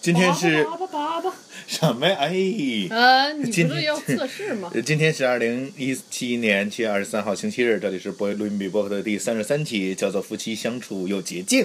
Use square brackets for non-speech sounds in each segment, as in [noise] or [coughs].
今天是拔吧拔吧拔吧。什么呀？哎，呃，你今不是天要测试吗？今天是二零一七年七月二十三号星期日，这里是播录音笔播客的第三十三期，叫做《夫妻相处有捷径》。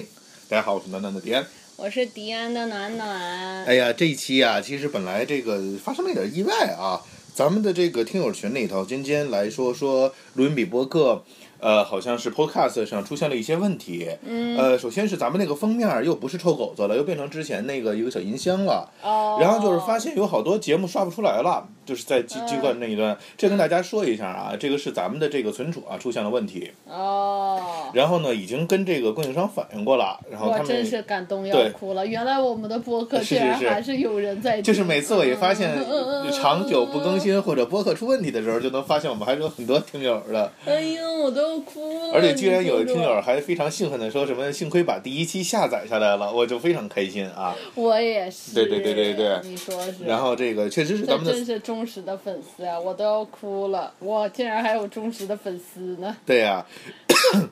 大家好，我是暖暖的迪安。 [laughs] 我是迪安的暖暖。哎呀，这一期啊，其实本来这个发生了一点意外啊，咱们的这个听友群里头，今天来说说录音笔播客，呃，好像是 Podcast 上出现了一些问题。嗯。呃，首先是咱们那个封面儿又不是臭狗子了，又变成之前那个一个小音箱了。哦。哎然后就是发现有好多节目刷不出来了，就是在嗯机机关那一端，这跟大家说一下啊，这个是咱们的这个存储啊出现了问题，哦。然后呢已经跟这个供应商反映过了，然后我他真们是感动要对哭了！原来我们的播客是居是然是还是有人在听，就是每次我一发现嗯嗯嗯长久不更新或者播客出问题的时候，就能发现我们还是有很多听友的，哎呦，我都要哭了。而且居然有你说听说友，还非常兴奋的说什么幸亏把第一期下载下来了，我就非常开心啊。我也是。对对对对对你说是。然后这个确实是咱这们的真是忠实的粉丝啊！我都要哭了，哇，竟然还有忠实的粉丝呢！对啊呀、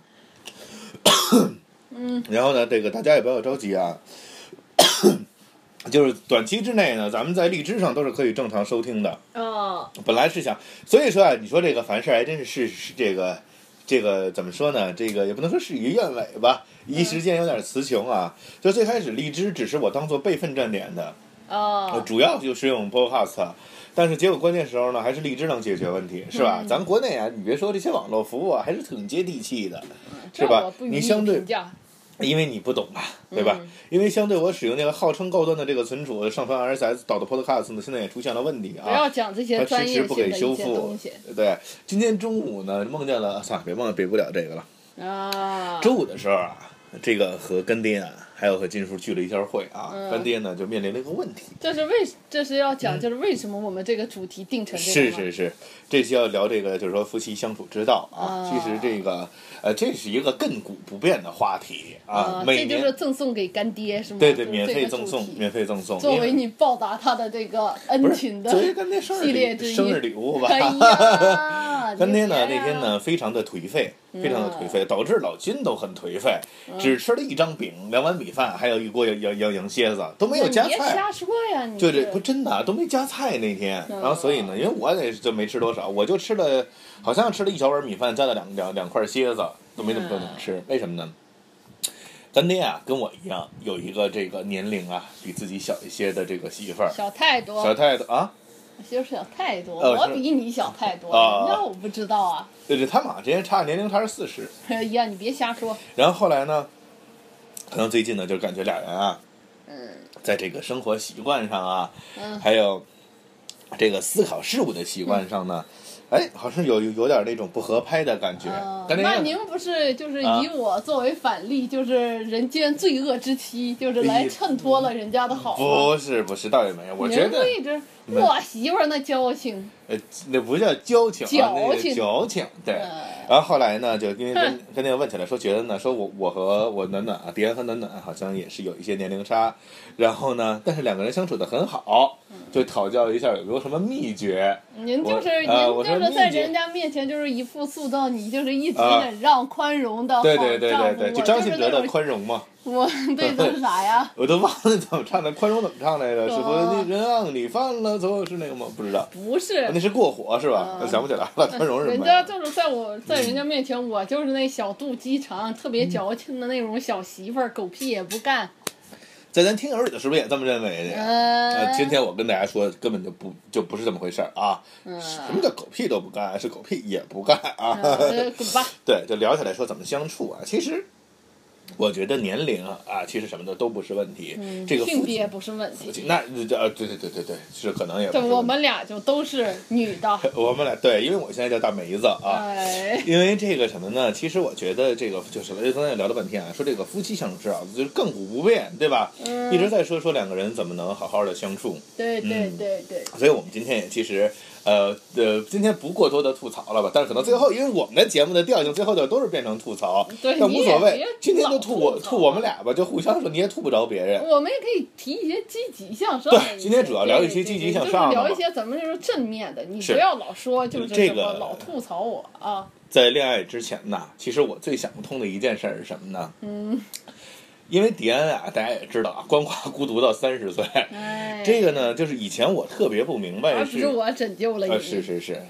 嗯。 [coughs] 然后呢，这个大家也不要着急啊。 [coughs] 就是短期之内呢，咱们在荔枝上都是可以正常收听的。哦，本来是想，所以说啊，你说这个凡事还真是是是这个这个怎么说呢？这个也不能说事与愿违吧，一时间有点词穷啊。就最开始荔枝只是我当做备份站点的，呃哦，主要就是用 Podcast，但是结果关键时候呢，还是荔枝能解决问题，是嗯吧？咱国内啊，你别说这些网络服务啊，还是挺接地气的，是这吧我不予你相对啊评价因为你不懂嘛，啊对吧？嗯因为相对我使用那个号称高端的这个存储上传 RSS 导的 Podcast 呢，现在也出现了问题不啊。要讲这它些迟专迟业不性给的一修些复东西对，今天中午呢，梦见了，算了，别忘了，比不了这个了。啊。周五的时候啊，这个和干爹啊，还有和金叔聚了一下会啊，嗯干爹呢就面临了一个问题。这是为这是要讲，就是为什么我们这个主题定成这是样？是是，这期要聊这个就是说夫妻相处之道啊。啊其实这个呃，这是一个亘古不变的话题啊，啊，每这就年是赠送给干爹是吗？对对就是免这费个赠主送，题免费赠送。作因为为你报答他的这个恩不是情的作 [laughs] 为干爹生日系列礼之一生日礼物吧 [laughs] 哎。啊呀， [laughs] 干爹呢你别那呀天，呢非常的颓废，非常的颓嗯废，导致老金都很颓废，只吃了一张饼、两碗米饭，还有一锅羊羊羊羊蝎子，都没有你加别菜。瞎说呀，你对是对，不真的啊都没加菜那天，嗯然后所以呢，因为我也是就没吃多少，我就吃了，好像吃了一小碗米饭，加了两两两块蝎子，都没怎么嗯多怎么吃，为什么呢？干爹啊，跟我一样有一个这个年龄啊比自己小一些的这个媳妇儿，小太多，小太太啊，就是小太多，哦我是比你小太多啊了，那我不知道啊。 [laughs] 对对，他们俩之间差年龄差是四十，哎呀，你别瞎说，然后后来呢，可能最近呢就感觉俩人啊，嗯在这个生活习惯上啊，嗯，还有这个思考事物的习惯上呢，嗯哎，好像有有有点那种不合拍的感觉。啊但那那样您不是就是啊以我作为反例，就是人间罪恶之妻，就是来你衬托了人家的好吗？不是不是，倒也没有，我觉您不得一直我媳妇儿那矫情，呃那不叫交情啊，那矫个情矫情对。呃然后后来呢，就因为 [laughs] 跟哼跟那个问起来，说觉得呢，说我我和我暖暖啊，迪安和暖暖好像也是有一些年龄差，然后呢，但是两个人相处的很好，嗯就讨教一下有没有什么秘诀。您就是您呃就我是说在秘籍人家面前就是一副塑造你就是一直啊忍让宽容的哦好对对对丈对夫对，我张就信是哲那的种宽容嘛。 [laughs] 我对的是啥呀？我都忘了怎么唱的，宽容怎么唱来着？是哦说人让你犯了错是那个吗？不知 [laughs] 道，不是那，是过火是吧？嗯想不起来了，宽 [laughs] 容是什嗯人么家呀？就是在我在人家面前，我就是那小肚鸡肠、特嗯别矫情的那种小媳妇儿，狗屁也不干。在咱听友里头是不是也这么认为的呀？呃 [laughs] 呃，今天我跟大家说，根本就不就不是这么回事儿啊！嗯什么叫狗屁都不干，是狗屁也不干啊！呃滚吧！ [laughs] 对，就聊起来说怎么相处啊。其实，我觉得年龄啊，啊其实什么的都不是问题。这个夫嗯性妻别不是问题。那呃，对对对对对，是可能也不对，是我问题们俩就都是女 [laughs] 的。我们俩对，因为我现在叫大梅子啊。哎，因为这个什么呢？其实我觉得这个就是刚才聊了半天啊，说这个夫妻相处之道就是亘古不变，对吧？嗯一直在说说两个人怎么能好好的相处，对对嗯对对，所以我们今天也其实。呃呃，今天不过多的吐槽了吧，但是可能最后，因为我们的节目的调性最后就都是变成吐槽，对但你无也所谓别。今天老就吐我吐槽吐我们俩吧，就互相说你也吐不着别人。我们也可以提一些积极向上的一些。对今天主要聊一些对积极对对向就是上的聊嘛一些咱们就是正面的，你是嗯不要老说就是这什么个老吐槽我啊。在恋爱之前呢，其实我最想不通的一件事儿是什么呢？嗯，因为迪安啊，大家也知道啊，鳏寡孤独到三十岁，哎，这个呢，就是以前我特别不明白而是啊不是我拯救了你，啊，是是是，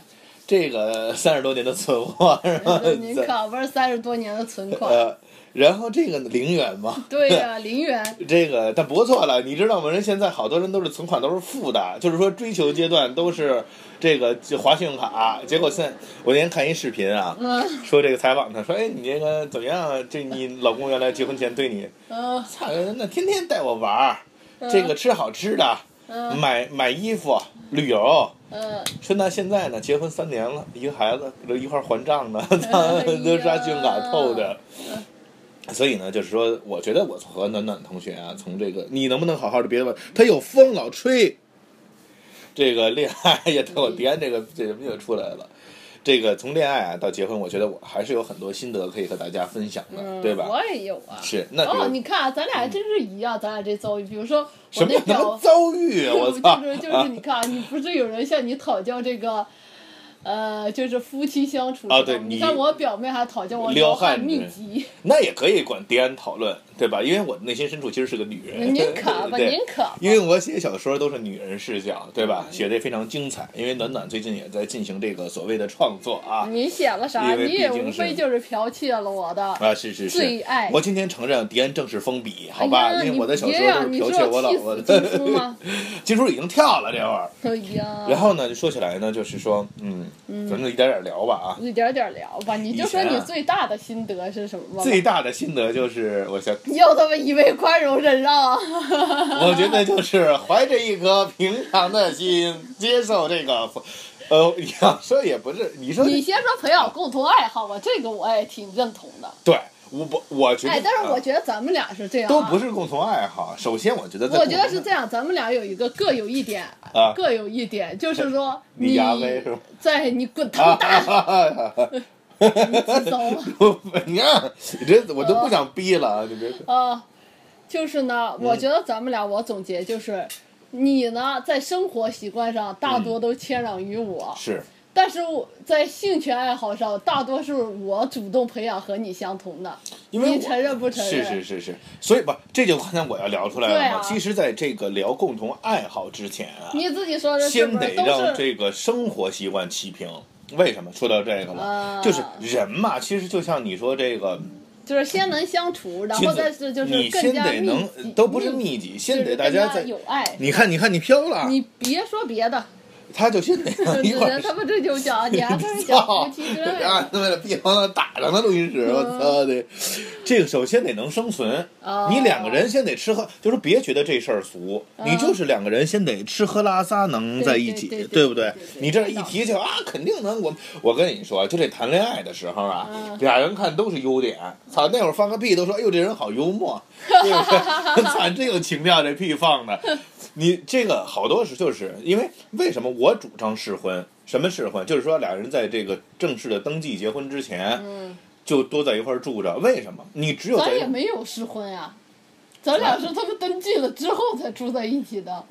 这个三十多年的存货，然后说 [laughs] 您可不是三十多年的存款， [laughs] 呃，然后这个零元嘛，对呀、零元，这个但不错了，你知道吗？人现在好多人都是存款都是负的，就是说追求阶段都是这个就划信用卡，结果现我那天看一视频啊，嗯说这个采访他说，哎，你这个怎么样啊？这你老公原来结婚前对你，嗯操，那天天带我玩儿，这个吃好吃的，嗯买买衣服，旅游。嗯，说到现在呢，结婚三年了，一个孩子都一块儿还账呢，哎呀 [laughs] 哎都刷信用卡透的。所以呢，就是说，我觉得我和暖暖同学啊，从这个你能不能好好的别问他有风老吹，这个恋爱也到嗯我迪安这个这什么就出来了。这个从恋爱啊到结婚，我觉得我还是有很多心得可以和大家分享的，嗯对吧？我也有啊。是那比如哦，你看啊，咱俩还真是一样，咱俩这遭遇，比如说什我么那什表么，遭遇啊！就 [laughs] [laughs] 我是操！就是就啊是你看啊，你不是有人向你讨教这个。呃，就是夫妻相处啊这种对你你看我表妹还讨教我撩汉对汉秘 [laughs] 籍，那也可以管迪安讨论，对吧？因为我内心深处其实是个女人。您可吧， [laughs] 对您可吧，因为我写小说都是女人视角，对嗯吧？写的非常精彩。因为暖暖最近也在进行这个所谓的创作啊你写了啥？因为你也毕竟无是非就是剽窃了我的哎啊，是是最是。爱。我今天承认迪安正式封笔，好哎吧？呀因为我的小你说别呀都是你剽是窃要我老气婆死的。 [laughs] 金书吗？金叔已经跳了这会儿。哎呀，然后呢，就说起来呢，就是说，嗯，咱们一点点聊吧啊。一点点聊吧，你就说以前你啊最大的心得是什么吧？最大的心得就是，我想， [laughs] 要他们一味宽容 [laughs] 忍让，我觉得就是怀着一颗平常的心接受这个，呃，你要说也不是，你说你先说培养共同爱好吧，这个我也挺认同的。对，我不，我觉得，哎，但是我啊觉得咱们俩是这样、啊，都不是共同爱好。首先，我觉得在我觉得共是 [laughs] 这样，咱们俩有一个各有一点，啊各有一点，就是说 [laughs] 你牙威是吧在你滚同蛋蛋，啊，你自走吧。你看，你这我都不想逼了，你别 [laughs] 呃，就是呢，嗯我觉得咱们俩，我总结就是，你呢在生活习惯上嗯大多都谦让于我，是但是我在兴趣爱好上，大多是我主动培养和你相同的。因为你我承认不承是认？是是是，所以不，这就刚才我要聊出来了对嘛。啊其实，在这个聊共同爱好之前啊，你自己说的是先不得是都让是？这个生活习惯齐平。为什么说到这个了？啊就是人嘛，其实就像你说这个，就是先能相处，然后再是就是你更先加得密集能，都不是密集，密集，先就得是大家更在。有爱。你看，你看，你飘了，你别说 [laughs] 别的，他就先得啊 [laughs] 一会儿人他们 [laughs] 这就讲，你还跟人讲夫妻之爱啊，他妈的，别往那打着呢，录音室，我操的！这个首先得能生存，哦嗯你两个人先得吃喝，就是别觉得这事儿俗，你就是两个人先得吃喝拉撒能在一起，对对对不对对对你这一提就啊，肯定能。我我跟你说，就这谈恋爱的时候啊，嗯俩人看都是优点，操，那会儿放个屁都说，哎呦，这人好幽 [laughs] 默，对不对？ [laughs] 操，真有情调，这屁放的。你这个好多是就是因为为什么我主张试婚？什么试婚？就是说俩人在这个正式的登记结婚之前，嗯，就多在一块儿住着。为什么？你只有咱在也没有试婚呀、咱俩是他们登记了之后才住在一起的。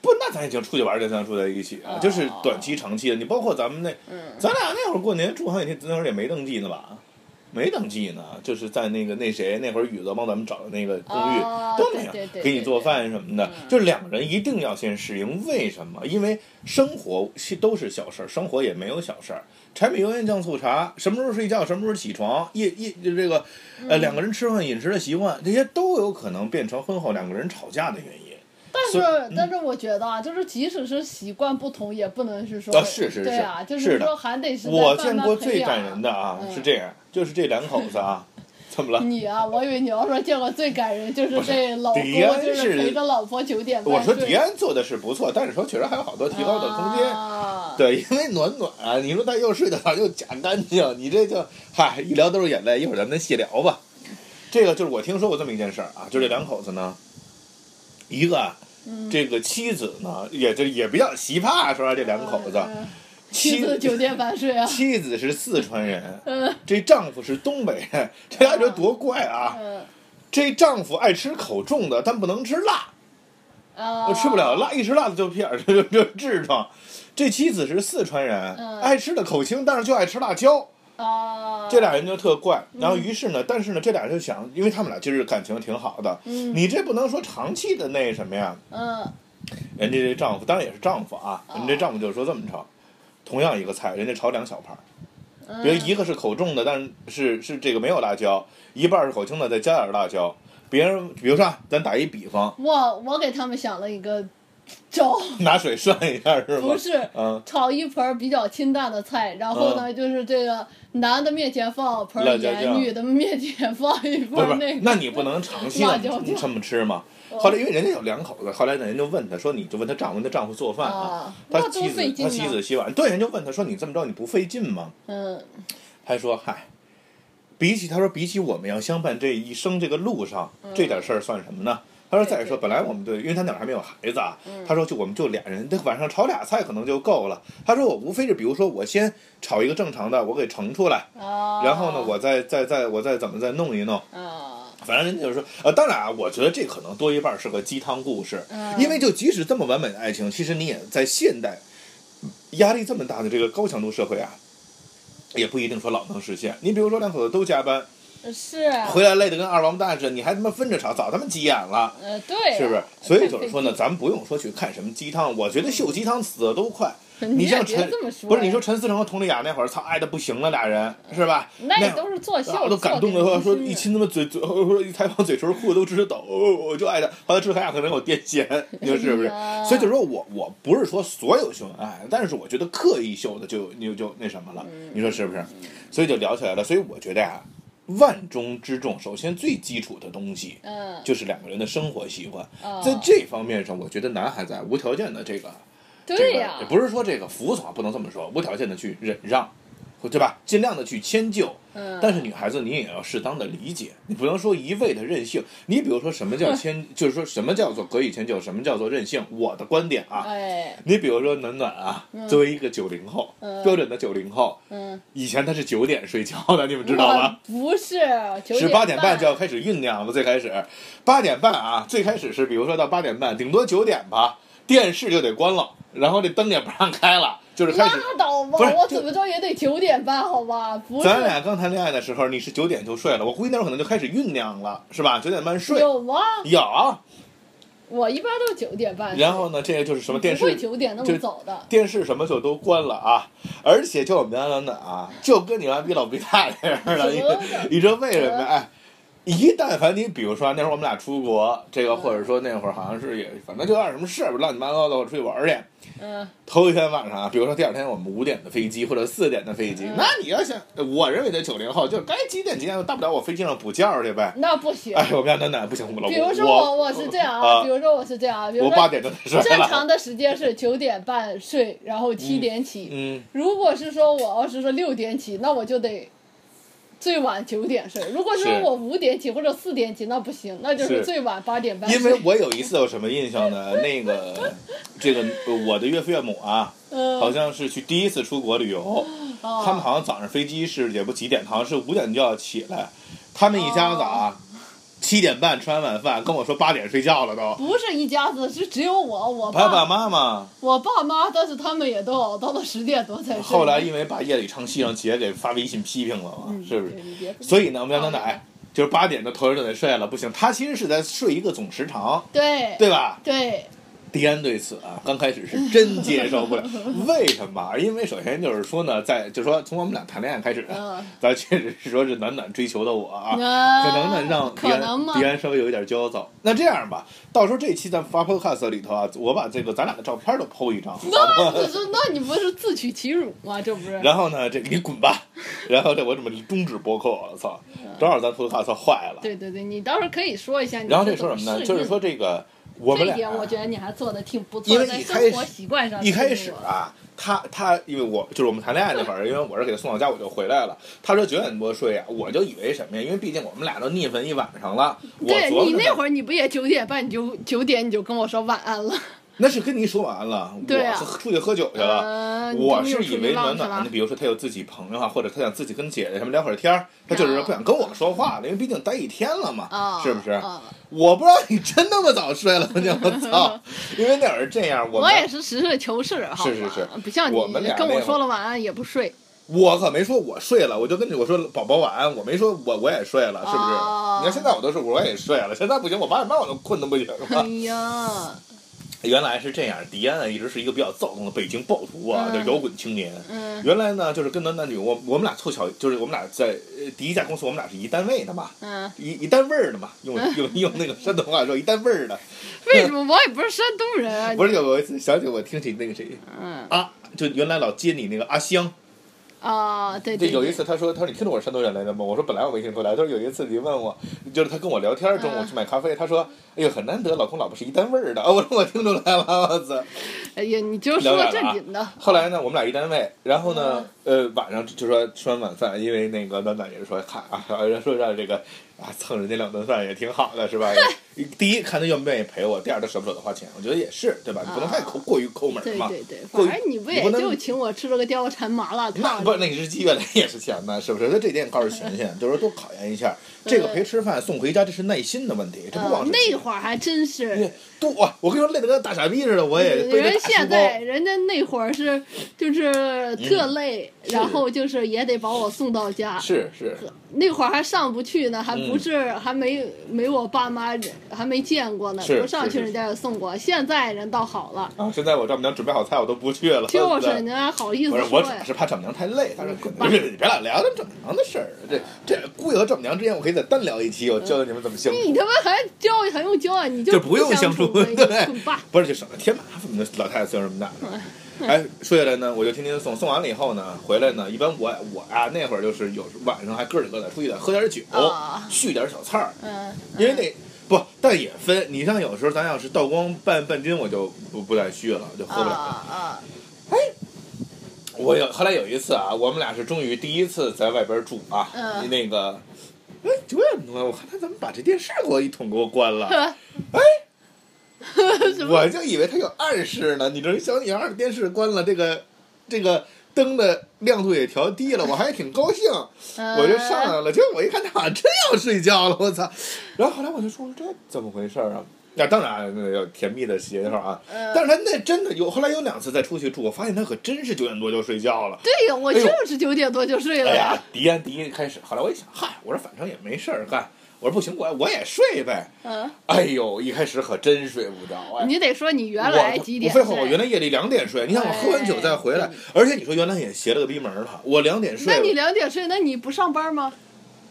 不，那咱已经出去玩儿就算住在一起啊，哦就是短期、长期的。你包括咱们那，嗯咱俩那会儿过年住好几天，那会儿也没登记呢吧？没登记呢，就是在那个那谁那会儿宇子帮咱们找的那个公寓、哦都没有对对对给你做饭什么的，嗯就是两个人一定要先适应。为什么？因为生活是都是小事儿，生活也没有小事儿。柴米油盐酱醋茶，什么时候睡觉，什么时候起床，夜夜就这个呃两个人吃饭饮食的习惯，这些都有可能变成婚后两个人吵架的原因。但所以是，但是我觉得啊，就是即使是习惯不同，也不能是说，啊是是对啊，是就是的说还得是在我慢见慢过培最感养人的啊，嗯是这样，就是这两口子 [laughs] 啊，怎么了？你啊，我以为你要说见过最感人就是这老公，迪安就是是陪着老婆九点半我说睡迪安做的是不错，但是说确实还有好多提高的空间。啊、对，因为暖暖、啊，你说她又睡得早又假干净，你这就嗨，一聊都是眼泪。一会儿咱们再细聊吧。这个就是我听说过这么一件事儿啊，就这两口子呢，一个啊嗯这个妻子呢，也就也比较奇葩，啊说这两口子，嗯妻妻子九点半睡啊，妻子是四川人，嗯这丈夫是东北人，这俩人多怪啊！嗯这丈夫爱吃口重的，但不能吃辣，啊，我吃不了辣，一吃辣的就屁眼儿 [laughs] 就就痔疮。这妻子是四川人，嗯爱吃的口轻，但是就爱吃辣椒。啊，这俩人就特怪。然后于是呢，但是呢，这俩人就想，因为他们俩就是感情挺好的，嗯你这不能说长期的那什么呀。嗯人家这丈夫当然也是丈夫啊，哦人家这丈夫就说这么炒，同样一个菜，人家炒两小盘儿，嗯，比如一个是口重的，但是是这个没有辣椒，一半是口轻的，再加点辣椒。别人比如说啊，咱打一比方，我我给他们想了一个 [laughs] 招， [laughs] 拿水涮一下是吗不？是嗯，炒一盆比较清淡的菜，然后呢，就是这个男的面前放盆辣椒盐，酱女的面前放一不是不盆那是，个。那你不能 [laughs] 长期辣的椒酱这么吃嘛。哦后来因为人家有两口子，后来呢人就问他说，你就问他丈夫，他丈夫做饭啊，啊，他那多妻费子劲啊他妻呢。子洗碗，对，人就问他说，你这么着你不费劲吗？嗯他说：“嗨，比起他说比起我们要相伴这一生这个路上，这点事儿算什么呢？”他说：“嗯对再对说，对本来我们对，因为他那会儿还没有孩子啊。嗯他说就我们就俩人，那晚上炒俩菜可能就够了。他说我无非是，比如说我先炒一个正常的，我给盛出来，啊。然后呢，我再再再我再怎么再弄一弄。啊，反正人家就说，呃，当然啊，我觉得这可能多一半是个鸡汤故事，嗯因为就即使这么完美的爱情，其实你也在现代压力这么大的这个高强度社会啊，也不一定说老能实现。你比如说两口子都加班，是回来累得跟二王八蛋似的，你还他妈分着吵，早他妈急眼了，呃对啊，是不是？所以就是说呢，太费咱们不用说去看什么鸡汤，我觉得秀鸡汤死的都快。劲了，你你像也别陈这么说不呀，是你说陈思诚和佟丽娅那会儿，操爱的不行了，俩人是吧？那也那都是作秀，啊我都感动的话话，说一亲他妈嘴嘴，说一采访嘴唇哭的都直抖，我就爱他。后来之后他俩可能有癫痫，你说是不是？哎所以就是说我我不是说所有秀恩爱，但是我觉得刻意秀的就就就那什么了，嗯你说是不是？所以就聊起来了。所以我觉得呀、万中之重，首先最基础的东西嗯，就是两个人的生活习惯，啊在这方面上，我觉得男孩子啊无条件的这个对呀、这个不是说这个服从啊，不能这么说，无条件的去忍让，对吧？尽量的去迁就。嗯，但是女孩子你也要适当的理解，你不能说一味的任性。你比如说什么叫迁， [laughs] 就是说什么叫做可以迁就，什么叫做任性。我的观点啊，哎，你比如说暖暖啊，作为一个九零后，嗯标准的九零后，嗯，以前她是九点睡觉的，你们知道吗？我不是，嗯九是八点点半就要开始酝酿了，最开始八点半啊，最开始是比如说到八点半，顶多九点吧，电视就得关了，然后这灯也不让开了，就是开始。拉倒吧不是，我就怎么着也得九点半，好吧？不是咱俩刚谈恋爱的时候，你是九点就睡了，我估计那会儿可能就开始酝酿了，是吧？九点半睡。有吗？ [laughs] 有，我一般都九点半，然后呢，这个就是什么电不会视九点那就么早的。电视什么就都关了啊，而且就我们家暖暖啊，就跟你妈逼老逼大爷似的，你什么你知道为什么呀？哎，一但凡你比如说那会儿我们俩出国，这嗯个或者说那会儿好像是也反正就有点什么事儿吧，乱七八糟的，我出去玩儿去。嗯，头一天晚上啊，比如说第二天我们五点的飞机或者四点的飞机嗯，那你要想，我认为的九零后就是该几点几点，大不了我飞机上补觉去呗。那不行。哎，我们家暖暖不行，我老比如说我我我是这样啊比如说我是这样啊，比如我八说点就睡正了，常的时间是九点半睡，然后七点起。嗯。如果是说我要是说六点起，那我就得最晚九点睡；如果说是我五点起或者四点起，那不行，那就是是最晚八点半睡。因为我有一次有什么印象 [laughs] 呢？那个，这个呃我的岳父岳母啊，嗯，好像是去第一次出国旅游，哦他们好像早上飞机是也不几点，好像是五点就要起来，他们一家子哦啊，七点半吃完晚饭跟我说八点睡觉了都，不是一家子，是只有我，我爸爸爸妈妈我爸妈，但是他们也都熬到了十点多才睡。后来因为把夜里唱戏让姐给发微信批评了嘛，嗯是不是对？你别所以呢，我们家奶奶就是八点就头儿就得睡了，不行，她其实是在睡一个总时长，对对吧？对迪安对此啊，刚开始是真接受不了，为什么？因为首先就是说呢，在就说从我们俩谈恋爱开始，啊嗯咱确实是说是暖暖追求的我啊，啊可能呢让迪可安能吗迪安稍微有一点焦躁。那这样吧，到时候这期咱发 podcast 里头啊，我把这个咱俩的照片都 PO 一张，好不那好不是，那你不是自取其辱吗？这不是？然后呢，这个你滚吧，然后这我准备终止播客，我操，正好咱 podcast 坏了。嗯对对对，你到时候可以说一下你然后这这说什么呢？怎就适是应说这个我们这一俩点，我啊。觉得你还做的挺不错，因为在一开始生活习惯上一开适始应我啊，他他因为我就是我们谈恋爱那会儿，因为我是给他送到家我就回来了。他说九点多睡啊，我就以为什么呀？因为毕竟我们俩都腻粉一晚上了。我对琢你磨那着会儿，你不也九点半你就九点你就跟我说晚安了？那是跟你说完了，对啊我是出去喝酒去了。嗯，你我终于是出以去为浪暖去暖，了的，比如说他有自己朋友啊，或者他想自己跟姐姐他们聊会儿天儿，他就是不想跟我说话了，因为毕竟待一天了嘛啊，，是不是？啊我不知道你真那么早睡了吗？ [laughs] 我 [laughs] 操！因为那会儿这样，我我们也是实事求是，好吧是是是不像你我们俩跟那我会儿说了晚安也不睡。我可没说我睡了，我就跟你我说宝宝晚安，我没说我我也睡了，是不是？哦你看现在我都是我也睡了，现在不行，我八点半我都困得不行哎了。呀， [laughs] 原来是这样，迪安啊一直是一个比较躁动的北京暴徒啊，嗯就摇滚青年。嗯原来呢，就是跟男男女，我我们俩凑巧，就是我们俩在呃第一家公司，我们俩是一单位的嘛，嗯，一一单位儿的嘛，用用用那个山东话说一单位儿的。为什么我也不是山东人啊？ [laughs] 不是有一次想起我听起那个谁嗯啊，就原来老接你那个阿香，啊，对这对，有一对次他说他说你听着我是山东人来的吗？我说本来我没听出来。他说有一次你问我，就是他跟我聊天中午嗯去买咖啡，他说哎呦很难得老公老婆是一单位儿的， [laughs] 啊我说我听出来了，我操。哎呀，你就聊说远了正啊经的，后来呢，我们俩一单位，然后呢，嗯呃，晚上就说吃完晚饭，因为那个暖暖也是说，看啊，人说让这个啊蹭人家两顿饭也挺好的，是 [laughs] 吧？第一，看他愿不愿意陪我；第二，他舍不舍得花钱。我觉得也是，对吧？你不能太抠，过于抠门啊对嘛。对对，过反于正你不你不也能就请我吃了个貂蝉麻辣 [laughs] 那烫，不是那个日积月累也是钱呐，是不是？那这点告诉璇璇，就是说多考验一下，这个陪吃饭送回家，这是耐心的问题，这不光嗯是那钱。会儿还真是。对，多哇！我跟你说，累得跟大傻逼似的，我也背着嗯人大书现包。在，人家那会儿是就是特累，然后就是也得把我送到家。嗯是是，那会儿还上不去呢，还不嗯是、还没没我爸妈还没见过呢，是不上是去是人家也送过。现在人倒好了，啊！现在我丈母娘准备好菜，我都不去了。就呃对是你还好意不思是，说嗯我主要呀是？怕丈母娘太累。他说：“别别别老聊丈母娘的事儿，这这姑爷和丈母娘之间，我可以再单聊一期，我教教你们怎么相处。你他妈还教还用教啊？你就不不用相相 [laughs] 处处呗，对滚吧！不是就省得添麻烦。那老太太岁数那么大，哎，说下来呢，我就天天送，送完了以后呢，回来呢，一般我我啊那会儿就是有时候晚上还哥儿几个的出去喝点酒啊，续点小菜儿，嗯，因为那。不，但也分。你像有时候咱要是道光半半斤，我就不不再续了，就喝不了了。啊我有后来有一次啊，我们俩是终于第一次在外边住啊，嗯那个，哎，九点多，我看他怎么把这电视给我一通给我关了， [laughs] 哎啊我就以为他有暗示呢。你这小女孩儿电视关了，这个这个灯的亮度也调低了，我还挺高兴，我就上呃来了。结果我一看，他好像真要睡觉了，我操！然后后来我就说，这怎么回事儿啊？那、当然那有甜蜜的邂逅啊，嗯但是他那真的有，后来有两次再出去住，我发现他可真是九点多就睡觉了。对呀，我哎呦就是九点多就睡了哎呀，迪安迪一开始，后来我一想，嗨，我说反正也没事儿干，我说不行，我我也睡呗。嗯，哎呦，一开始可真睡不着哎。你得说你原我来几点我睡？哎废话，我原来夜里两点睡，你想我喝完酒再回来，而且你说原来也邪了个逼门儿了，我两点那你睡，两点睡，那你不上班吗？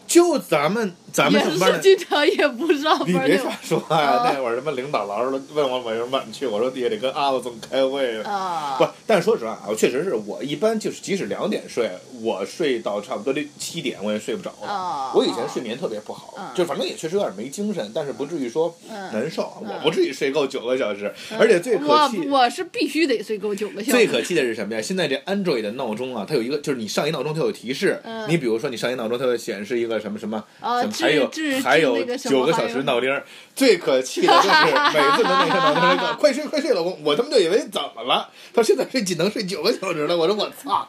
就咱们咱们也上班是的。经常也不上 [laughs] 你班别那瞎种说啊啊！那会儿什么领导老是问我晚上晚去，我说也得跟阿子总开会呢。啊不，但是说实话啊，我确实是我一般就是即使两点睡，我睡到差不多六七点我也睡不着。啊我以前睡眠特别不好，啊就反正也确实有点没精神，但是不至于说嗯难受，啊，嗯我不至于睡够九个小时。而且最可我气，我是必须得睡够九个小最时。可气的是什么呀？现在这 Android 的闹钟啊，它有一个就是你上一闹钟它有提示，嗯你比如说你上一闹钟它会显示一个什么什么，啊什么至还有至还至有那个什么九个还小有时闹铃儿。最可气的就是每次都那个闹铃儿叫快睡快睡，老公，我他妈就以为怎么了？他说现在是仅能睡九个小时了，我说我 [laughs] 操，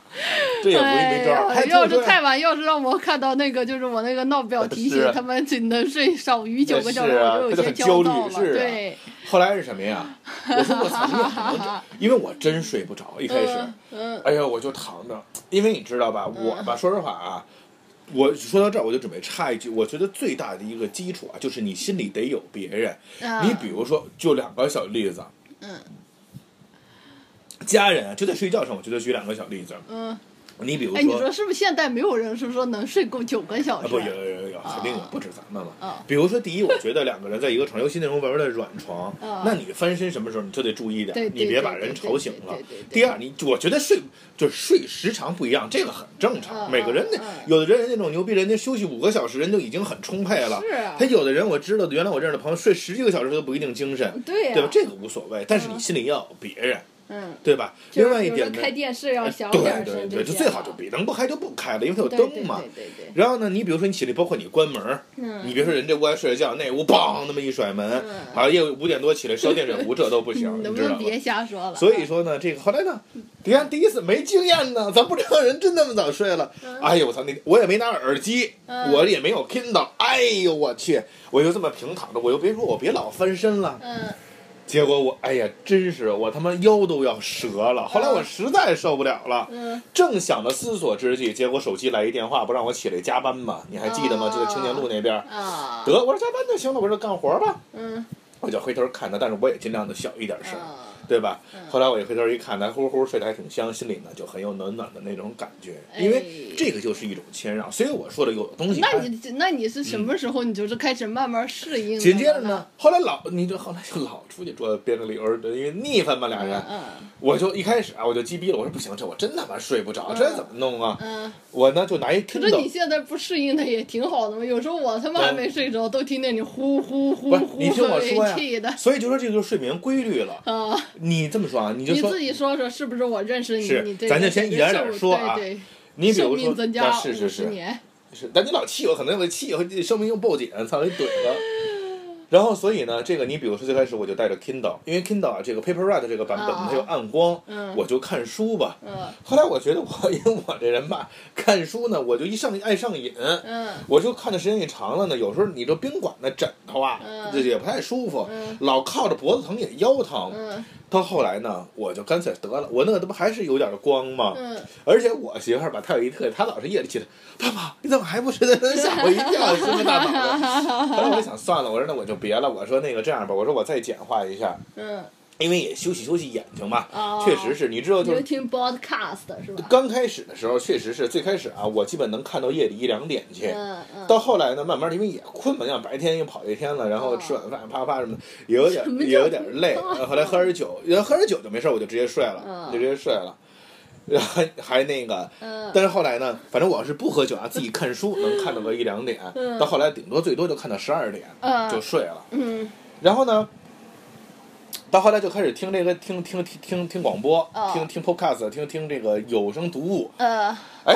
这也不是没招儿。哎还呦，要就是说太晚，要是让我看到那个，就是我那个闹表提是醒啊他们只能睡少于九个小时，是啊我就他有就些很焦焦虑躁了。是啊对，后来是什么呀？我说我操，你怎么 [laughs] 能这因为我真睡不着，一开始。嗯嗯哎呀，我就躺着，因为你知道吧，我吧，说实话啊，我说到这儿，我就准备插一句，我觉得最大的一个基础啊，就是你心里得有别人。啊你比如说，就两个小例子，嗯家人啊，就在睡觉上，我觉得举两个小例子。嗯，你比如哎，你说是不是现在没有人是说能睡够九个小啊，时？不有有有有，肯定有啊，不止咱们嘛。啊比如说，第一，我觉得两个人在一个床，尤其那种玩玩的软床啊，那你翻身什么时候你就得注意点对，对你别把对对人对吵醒了对对对。对第二，你我觉得睡就是睡时长不一样，这个很正啊常。每个人那啊啊有的人那种牛逼，人家休息五个小时，人就已经很充沛了。是啊他有的人我知道，原来我认识的朋友睡十几个小时都不一定精神，对呀对吧？这个无所谓，但是嗯你心里要有别人，嗯，对吧？就是另外一比如说点呢，哎开电视要小点对儿对声这对，就些最好啊就别能不开就不开了，因为它有对灯嘛。对对对对，然后呢，你比如说你起来，包括你关门儿，嗯你别说人这屋还睡着觉，那屋梆那么一甩门嗯，好夜五点多起来烧电水壶，这都不行，你嗯能你不知道能吗？别瞎说了？所以说呢，这个后来呢，你看第一次没经验呢，咱不知道人真那么早睡了。哎呦我操，那我也没拿耳机，嗯我也没有 Kindle，哎呦我去，我就这么平躺着，我又别说我别老翻身了，嗯结果我哎呀，真是我他妈腰都要折了。后来我实在受不了了，嗯，正想着思索之际，结果手机来一电话，不让我起来加班嘛？你还记得吗？就在青年路那边。啊，得，我说加班就行了，我说干活吧，嗯，我就回头看他，但是我也尽量的小一点声，啊，对吧？嗯后来我一回头一看，他呼呼睡得还挺香，心里呢就很有暖暖的那种感觉，哎因为这个就是一种谦让。所以我说的有的东西，那你那你是什么时候你就是开始慢慢适应？嗯紧接着呢？，后来老你这后来就老出去说编个理由，因为腻翻嘛俩人，嗯我就一开始啊我就鸡逼了，我说不行，这我真他妈睡不着，嗯这怎么弄啊？嗯，我呢就拿一可听是的你，现在不适应的也挺好的嘛。有时候我他妈还没睡着，都听见你呼呼呼不是呼你听我说呀被气的所以就说这个就是睡眠规律了。啊！你这么说啊，你就你说自己说说，是不是我认识你？是你这咱就先一点点说啊对对你比寿如说命增加那是是五十是年，是，但你老气我，可能我气我生命又报警，操你怼了。然后，所以呢，这个你比如说最开始我就带着 Kindle，因为 Kindle 啊这个 Paperwhite 这个版本啊它有暗光，嗯我就看书吧。嗯后来我觉得我因为我这人吧，看书呢我就一上爱上瘾，嗯我就看的时间一长了呢，有时候你这宾馆的枕头啊，嗯这也不太舒服，嗯老靠着脖子疼也腰疼。嗯到后来呢，我就干脆得了，我那个这不还是有点光吗？嗯，而且我媳妇儿吧，她有一特点，她老是夜里起来，爸爸你怎么还不睡？吓我一跳，是不是大 [laughs] 脑子？后来我就想算了，我说那我就别了，我说那个这样吧，我说我再简化一下，嗯因为也休息休息眼睛嘛。哦，确实是你知道，你就是是听 podcast 是吧？刚开始的时候，确实是最开始啊，我基本能看到夜里一两点去。嗯嗯，到后来呢，慢慢的因为也困嘛，像白天又跑一天了，然后吃晚饭啪啪什么的，也有点什么叫也有点累。 [laughs] 后来喝点酒，然后喝点酒就没事儿，我就直接睡了，嗯就直接睡了。然后还还那个，嗯但是后来呢，反正我要是不喝酒啊，自己看书能看到个一两点，嗯到后来顶多最多就看到十二点嗯就睡了。嗯然后呢，到后来就开始听这个听听听听听广播，哦听听 podcast，听听这个有声读物。呃哎，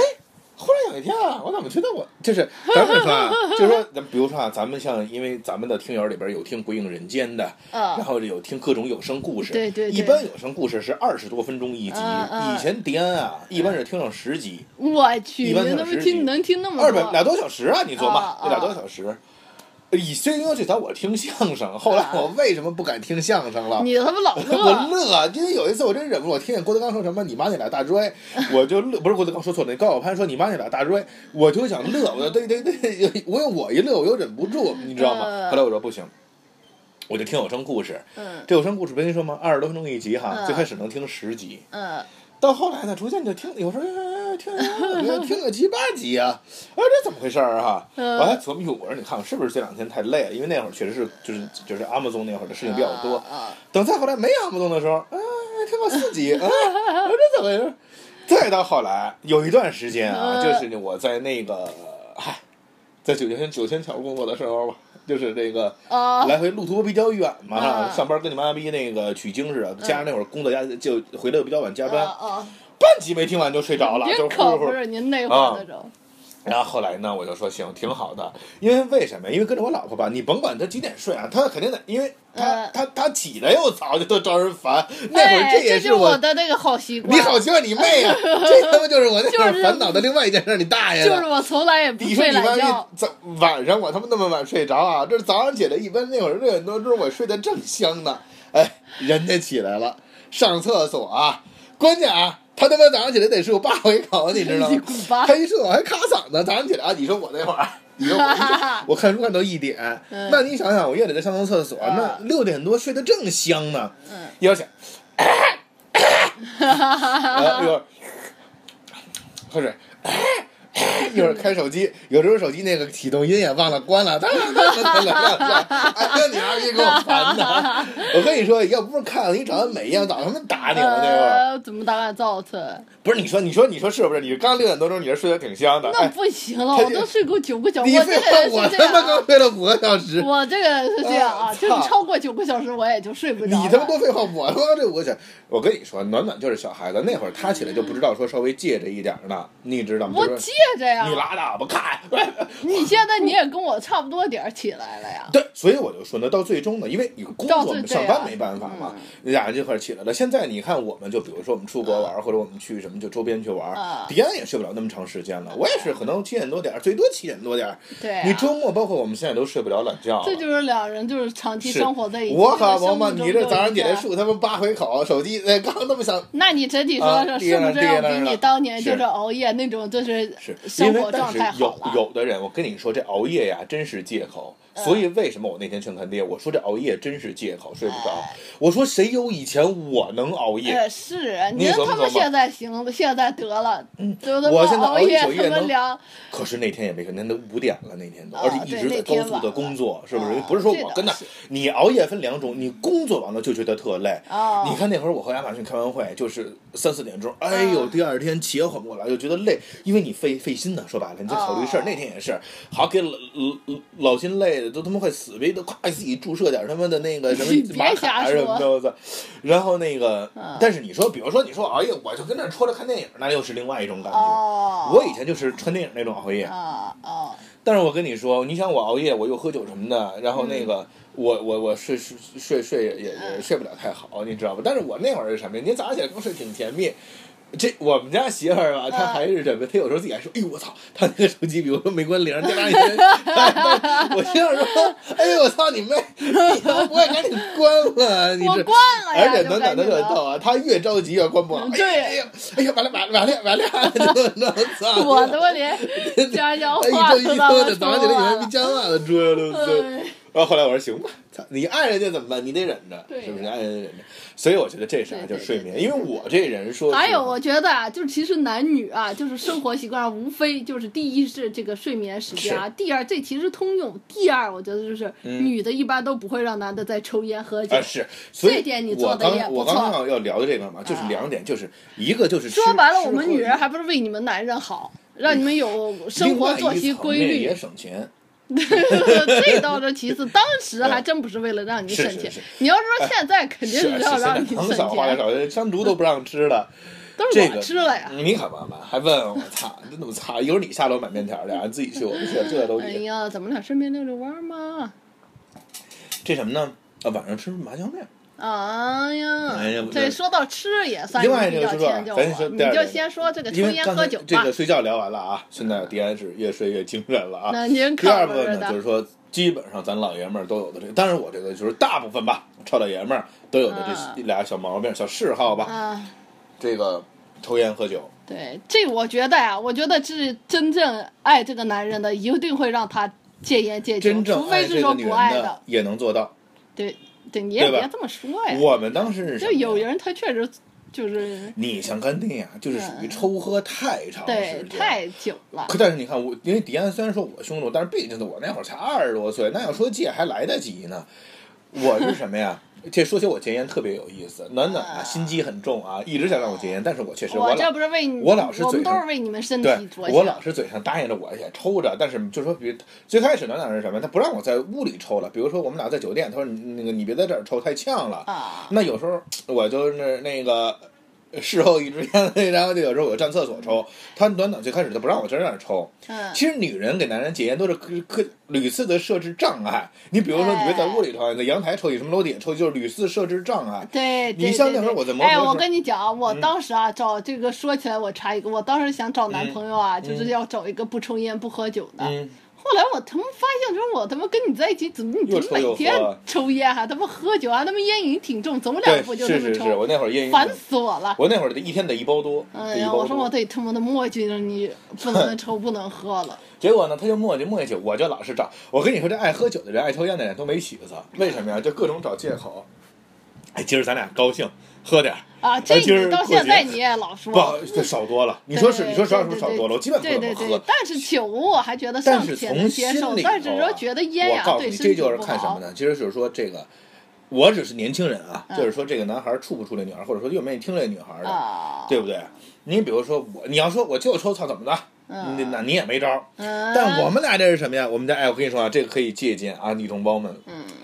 忽然有一天啊，我怎么觉得我 [laughs] 就是咱们说啊，就是说咱比如说啊，咱们像因为咱们的听友里边有听《鬼影人间》的，然呃，后有听各种有声故事。对对对一般有声故事是二十多分钟一集，嗯嗯以前迪安啊一般是听上十集。我去，一般你小怎么时听你能听那么多？二百俩多小时啊，你琢磨嗯啊，这俩多小时。以虽因为最早我听相声，后啊来我为什么不敢听相声了？你他妈 [laughs] 老我乐，乐，因为有一次我真忍不住，我听见郭德纲说什么“你妈那俩大锥”， [laughs] 我就乐，不是郭德纲说错了，那高晓攀说“你妈那俩大锥”，我就想乐，我就对对对，我我一乐我又忍不住，你知道吗？嗯后来我说不行，我就听有声故事。嗯这有声故事不跟你说吗？二十多分钟一集哈，嗯最开始能听十集，嗯到后来呢，逐渐就听，有时候哎听听听个七八集啊，哎，这怎么回事儿啊？嗯我还琢磨哟，我说你看我是不是这两天太累了？因为那会儿确实是就是就是 Amazon 那会儿的事情比较多。啊等再后来没 Amazon 的时候，哎，听到四集，哎，我说这怎么回事儿？再到后来有一段时间啊，嗯就是我在那个嗨，在九千九千桥工作的时候吧，就是这个。啊来回路途比较远嘛，啊上班跟你妈逼那个取经似嗯的，加上那会儿工作加就回来又比较晚加班，啊！半集没听完就睡着了，就您是呼噜可呼啊不噜。是您那会儿那种，然后后来呢，我就说行，挺好的，因为为什么呀？因为跟着我老婆吧，你甭管她几点睡啊，她肯定得，因为她、嗯她她起来又早，就都招人烦。那会儿哎，也这是是我，的那个好习惯，你好奇怪你妹 [laughs] 啊！这他妈就是我那会就儿是烦恼的另外一件事，你大爷的！就是我从来也不你说睡你懒万觉，一早晚上我他妈那么晚睡着啊？这早上起来一般那会儿六点多钟我睡得正香呢，哎，人家起来了，上厕所啊，关键啊，他他妈早上起来得漱八回口，你知道一吗？股巴他一漱口还卡嗓子，早上起来啊，你说我那 [laughs] 会儿。你说我我看书看到一点，嗯那你想想，我夜里在上趟厕所，那啊六点多睡得正香呢，嗯一 [laughs] 要想，然后一会儿喝 [laughs] 水，一会儿开手机，有时候手机那个启动音也忘了关了，当然当然哎呀，你二逼给我烦 [laughs] 的！我跟你说，要不是看了你长得美艳，早他妈打你了那会儿。哎呃，怎么打扮造次？不是你说，你说，你说是不是？你刚六点多钟，你是睡得挺香的。那哎，不行了，他我都睡够九个小时，你我废话这个，人我是这他样妈刚啊。睡了五个小时。我这个人是这样啊啊，就是操超过九个小时我也就睡不着了。你他妈多废话！我他妈这我想，我跟你说，暖暖就是小孩子，那会儿他起来就不知道说稍微借着一点儿呢，你知道吗？我啊就是借这样你。拉倒吧，看。 [laughs] 你现在你也跟我差不多点儿起来了呀。对，所以我就说呢，到最终呢，因为你工到作最嘛对上啊班没办法嘛，你俩人这块儿起来了。现在你看，我们就比如说我们出国玩儿，或者我们去什么就周边去玩儿啊，迪安也睡不了那么长时间了。我也是，可能七点多点儿，最多七点多点儿。对啊 [laughs] 你周末包括我们现在都睡不了懒觉了。这就是两人就是长期是生活在一起。我这个好生王物八，钟你这就早上是起来样漱他妈八回口，手机那刚那么响，那你整体说啊说，对是呀不是对呀要当比然你了当年就是是熬夜那种，就是是因生为活但状是态好有了？嗯有的人，我跟你说，这熬夜呀，真是借口。所以为什么我那天劝他爹，我说这熬夜真是借口，睡不着。哎我说谁有以前我能熬夜？呃，是，你您琢磨他们琢磨现在行，现在得了，就他我妈现在熬熬一夜，宿夜他妈能凉，可是那天也没睡，那都五点了那天都，啊而且一直对在高那天速的工作，是不是啊？不是说这我倒跟他是，你熬夜分两种，你工作完了就觉得特累。哦你看那会儿我和亚马逊开完会，就是三四点钟，哎呦，啊第二天起也缓不过来，就觉得累，因为你费费心呢。说白了，你在考虑事儿。哦那天也是，好给老老老心累的都他妈快死逼，都快自己注射点他妈的那 [laughs] 个什你么别玛卡瞎什么说的，我操。然后那个嗯，但是你说，比如说你说熬夜，我就跟那儿戳着看电影，那又是另外一种感觉。哦，我以前就是看电影那种熬夜，啊哦，但是我跟你说，你想我熬夜，我又喝酒什么的，然后那个、我我我睡睡睡睡也也睡不了太好，你知道吧？但是我那会儿是什么呀？您早上起来跟我睡挺甜蜜。这我们家媳妇儿吧，她还是什么？她有时候自己还说：“哎呦我操，她那个手机，比如说没关铃，叮当一声。哎”我心想说：“哎呦我操你妹，你他妈不会赶紧关了？你我这惯了呀，而且就能感等觉的可到逗啊，她越着急越关不好。对哎呀哎呀，完了完了完了完了，我操！ [laughs] 我他 [laughs] 妈连家乡哎，话一都周一那喝么的，早上起来说以为了没姜辣的猪呀，对不对？哎啊然后后来我说行吧，操，你爱人家怎么办？你得忍着，对呀是不是？爱人家忍着。所以我觉得这事儿啊对就是对睡眠，因为我这人说，还有，我觉得啊，就是其实男女啊，就是生活习惯上，无非就是第一是这个睡眠时间啊，第二这其实通用。第二，我觉得就是女的一般都不会让男的再抽烟喝酒。嗯啊是，所以这点你我做得也刚不我刚错啊刚要聊的这个嘛，就是两点，就是一个就是说吃白了，吃我们喝女人娱还不是为你们男人好，让你们有生另活外作一息层规面律也。省钱。 [laughs] 这倒是其次，当时还真不是为了让你省嗯是钱是是。你要是说现在，肯定是啊是要让你现在省很少花点钱，啊少，山竹都不让吃 [laughs] 了。都是这我个吃了呀。你可妈妈还问我操，真他妈操！一会儿你下楼买面条去啊，自己去，我不去，这都哎你呀，怎么俩顺便遛遛弯儿嘛？这什么呢？啊，晚上吃麻酱面。哎呀，哎呀我这说到吃也算另外比这个较说啊迁就我，咱说你第二就个先说这个抽因为烟刚喝才酒吧。这个睡觉聊完了啊，现在迪安是越睡越精神了啊。那您第可二不部是分呢，就是，的说基本上咱老爷们儿都有的这个，当然我这个就是大部分吧，臭老爷们儿都有的啊这俩小毛病、小嗜好吧，啊，这个抽烟喝酒。对，这我觉得呀、我觉得是真正爱这个男人的，一定会让他戒烟戒酒，真正哎除爱非这是个说女不人爱的。也能做到。对对，你也对吧别这么说呀。我们当时是什就么呀有人他确实就是你像干爹呀，就是属于抽喝太长嗯对时间，太久了，可但是你看我，因为迪安虽然说我凶多，但是毕竟我那会儿才二十多岁，那要说戒还来得及呢。我是什么呀？这说起我戒烟特别有意思，暖暖啊，心机很重啊，一直想让我戒烟，但是我确实我老这不是为你，我老是我嘴们都上是为你们身对体着想。我老是嘴上答应着我也抽着，但是就说比如最开始暖暖是什么？他不让我在屋里抽了，比如说我们俩在酒店，他说你那个你别在这儿抽，太呛了。啊，那有时候我就是那那个事后一支烟， [laughs] 然后就有时候我站厕所抽，他暖暖最开始他不让我在那儿抽。嗯，其实女人给男人戒烟都是各各屡次的设置障碍。你比如说，你别在屋里抽，在阳台抽，什么楼底下抽，就是屡次设置障碍。对，你对像对那会儿对我在摩哎，托我车跟你讲啊，我嗯当时啊找这个说起来我插一个，我当时想找男嗯朋友啊，就是嗯要找一个不抽烟不喝酒的。嗯，后来我他妈发现说，我他妈跟你在一起，怎么你又怎抽么又每喝啊天抽烟啊还他妈喝酒还他妈烟瘾挺重，走两对步，就他是妈是是，抽，我那会儿烟瘾烦死我了。我那会儿得一天得一包多，哎得一呀，包我说我多。得他妈的墨迹着你，不 [laughs] 能抽不能喝了。结果呢，他就磨叽磨叽，我就老是找。我跟你说，这爱喝酒的人、爱抽烟的人都没起子，为什么呀？就各种找借口。哎，今儿咱俩高兴，喝点儿。啊，这哎今儿你到过现节在你也老不好说，意思，这少多了。你说是？对你说实话，对说对少多了，我基本不对怎对么对喝。，但是酒我还觉得但尚是且从能接心受里，但是头说啊觉得烟呀我告诉对你，身这体就是不看什么好。呢？其实就是说这个，我只是年轻人啊，嗯就是说这个男孩儿处不处这女孩儿，或者说愿不愿意听这女孩儿的，啊，对不对？你比如说我，你要说我就抽操怎么的，你那你也没招儿。嗯，但我们俩这是什么呀？我们家哎，我跟你说啊，这个可以借嗯鉴啊，女同胞们，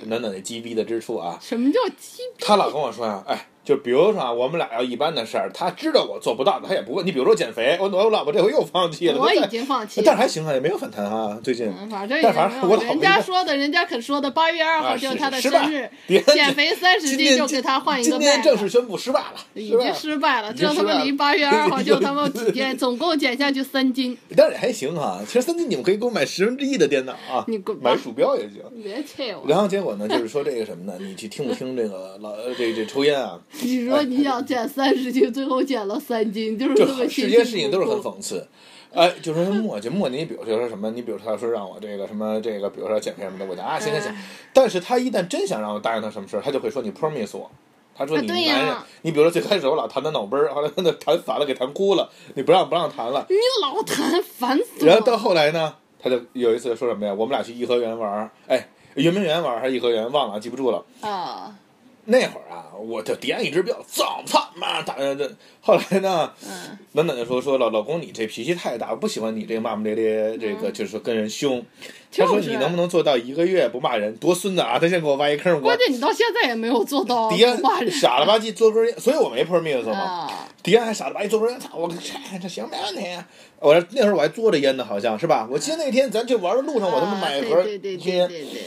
暖暖那鸡逼的之处啊，什么叫鸡？她老跟我说啊，哎，就比如说啊，我们俩要一般的事儿，他知道我做不到的，他也不问。你比如说减肥，我我老婆这回又放弃了，我已但经放弃但是了。还行啊，也没有反弹啊，最近。嗯，反正已但经反没正有我了。老人婆家一说的，人家肯说的，八月二号啊就是他的失败生日，别减肥三十今斤天就今给他换一今个天麦正了。式宣布失败了，已失败经了失败了，已这经他失败们了离八月二号就他们几天，总共减下去三斤。但是还行哈、其实三金你们可以给我买十分之一的电脑啊，你滚吧买鼠标也行。你别气我！然后结果呢，就是说这个什么呢？你去听不听这个老呃这这抽烟 [laughs] 啊？你说你想减三十斤，最后减了三斤，就是就这么辛这辛些事情都是苦很苦讽刺。哎，就说墨迹墨迹，你比如说什么，你比如说他说让我这个什么这个，比如说减肥什么的，我就啊行行行哎。但是他一旦真想让我答应他什么事儿，他就会说你 promise 我。他说啊你对男人呀，你比如说最开始我老弹他脑崩儿，后来他那弹烦了给弹哭了，你不让不让弹了。你老谈烦死然后到了。后来呢，他就有一次说什么呀？我们俩去颐和园玩儿，哎，圆明园玩儿还是颐和园忘了，记不住了。啊，那会儿啊，我就点一支标，操操妈打呃这。后来呢，嗯，暖暖就说说老老公你这脾气太大，我不喜欢你这个骂骂咧咧，这个就是说跟人凶。他说嗯就是你能不能做到一个月不骂人？多孙子啊！他先给我挖一坑，我关键你到现在也没有做到啊，迪不骂安人傻了吧唧嘬根烟，所以我没 permit 嘛。啊，迪安还傻了吧唧嘬根烟，操我这这行没问题。我说那会儿我还嘬着烟呢，好像是吧？我记得那天咱去玩的路上，我他妈啊买一对盒对对烟对，对对，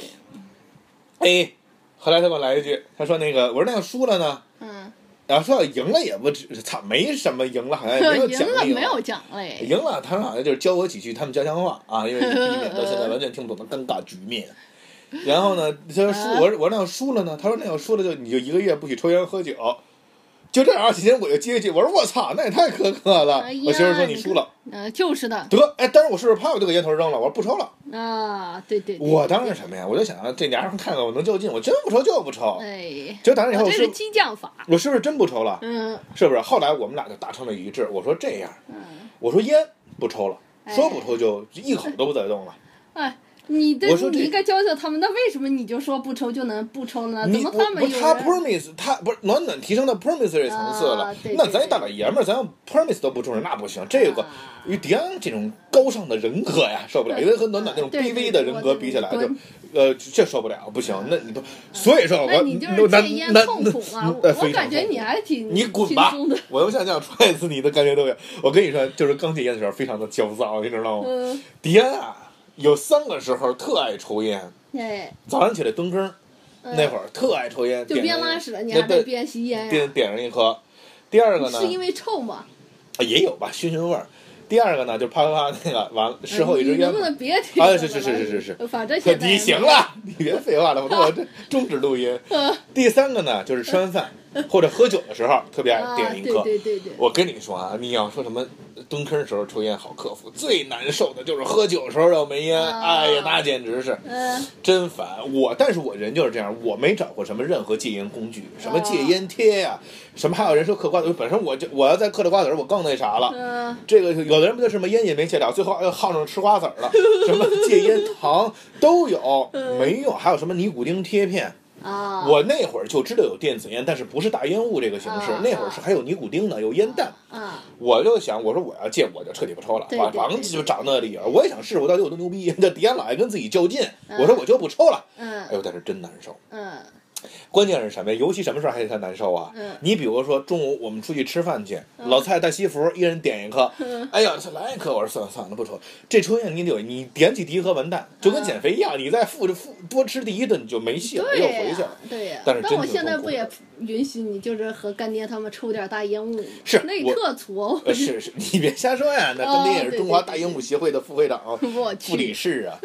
哎，后来他给我来一句，他说那个我说那要输了呢，嗯，然后说要赢了也不止，操，没什么赢了，好像也没有 [laughs] 赢奖了励。没有奖嘞？赢了，他们好像就是教我几句他们家乡 [laughs] 话啊，因为避免到现在完全听不懂的尴尬局面。然后呢，他说输，啊我说我说那要输了呢，他说那要输了就你就一个月不许抽烟喝酒，就这样啊。几天我就接一句，我说我操，那也太苛刻了。哎呀我媳妇说你输了，嗯，就是的，得哎，但是我是不是怕我就给烟头扔了？我说不抽了。啊，对对，对我当时什么呀？我就想啊这娘们看看我能就近，我真不抽就不抽。哎，结果打那以后我我这是是激将法，我是不是真不抽了？嗯是不是？后来我们俩就达成了一致，我说这样，嗯，我说烟不抽了，哎说不抽就一口都不再动了。哎。你的我说这你应该教教他们，那为什么你就说不抽就能不抽啊呢？怎你么不他们不有他人 promise 他不是暖暖提升到 promise 这层次了，啊对那对咱一对大老爷们儿，咱要 promise 都不重视，那不行。这个啊与迪安这种高尚的人格呀，受不了，因为和暖暖那种对卑对微对的人我格懂比起来，就对呃这受不了，不行。那你不，所以说我啊那你就我是那戒烟那痛那苦啊！那我非常感觉痛苦你还 [laughs] 挺你滚吧轻松的，！我要想想踹死你的感觉都有。我跟你说，就是刚戒烟的时候非常的焦躁，你知道吗？嗯，迪安啊，有三个时候特爱抽烟，哎，早上起来蹲坑儿嗯那会儿特爱抽烟，就点边上拉一屎了，你那还得对边吸烟呀点？点上一颗。第二个呢是，因为臭吗？啊也有吧，熏熏味儿。第二个呢，就啪啪啪那个完了，事后一支呃你能烟不嘛。能别提啊这是个是是了是是，反正现在你行了， [laughs] 你别废话了，我都 [laughs] 我这终止录音。嗯第三个呢，就是吃完饭或者喝酒的时候，特别爱啊，点一对颗。对对对，我跟你说啊，你要说什么蹲坑的时候抽烟好克服，最难受的就是喝酒的时候要没烟，啊哎呀，那简直是嗯，真烦。我，但是我人就是这样，我没找过什么任何戒烟工具，什么戒烟贴呀、什么还有人说嗑瓜子，本身我就我要再嗑着瓜子儿，我更那啥了。嗯，这个有的人不就是什么烟瘾没戒了，最后又耗上吃瓜子儿了，什么戒烟糖都有，没用。还有什么尼古丁贴片，啊，我那会儿就知道有电子烟，但是不是大烟雾这个形式啊，那会儿是还有尼古丁呢，有烟弹。啊，我就想，我说我要戒，我就彻底不抽了，对把对房对子就找那个理由。我也想试试我到底有多牛逼， [laughs] 这迪安老爱跟自己较劲，我说我就不抽了。哎嗯呦，但是真难受。嗯关键是什么呀？尤其什么时候还才难受啊？嗯你比如说中午我们出去吃饭去，老蔡带西服，一人点一颗。嗯哎呀，来一颗！我说算了算了，不抽。这抽烟你得有，你点几滴一盒完蛋，就跟嗯减肥一样，你再复着复多吃第一顿你就没戏了，又对回去呀了。，对呀。但是真我挺现在痛苦不也允许你，就是和干爹他们抽点大烟雾吗？是那我特粗哦，呃，是是，你别瞎说呀，那干爹也哦是对中华对大对英武协会的副会长。 [laughs] 我副理去，事 [laughs] 啊。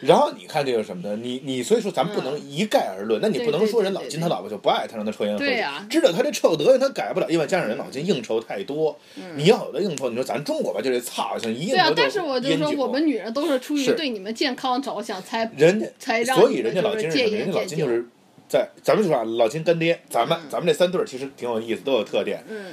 然后你看这个什么呢？你你所以说咱不嗯能一概而论，那你不能说人老金他老婆就不爱他，让他抽烟喝酒对啊呀知道他这臭德行他改不了，因为加上人老金应酬太多，你要有的应酬，你说咱中国吧就这操性一应嗯对啊酬，但是我就烟说，酒我们女人都是出于是对你们健康着想才人家才让所以你人们家老就金是是戒什么？烟人家老戒金酒就是在咱们说啊，老金干爹，咱们嗯咱们这三对儿其实挺有意思，都有特点。嗯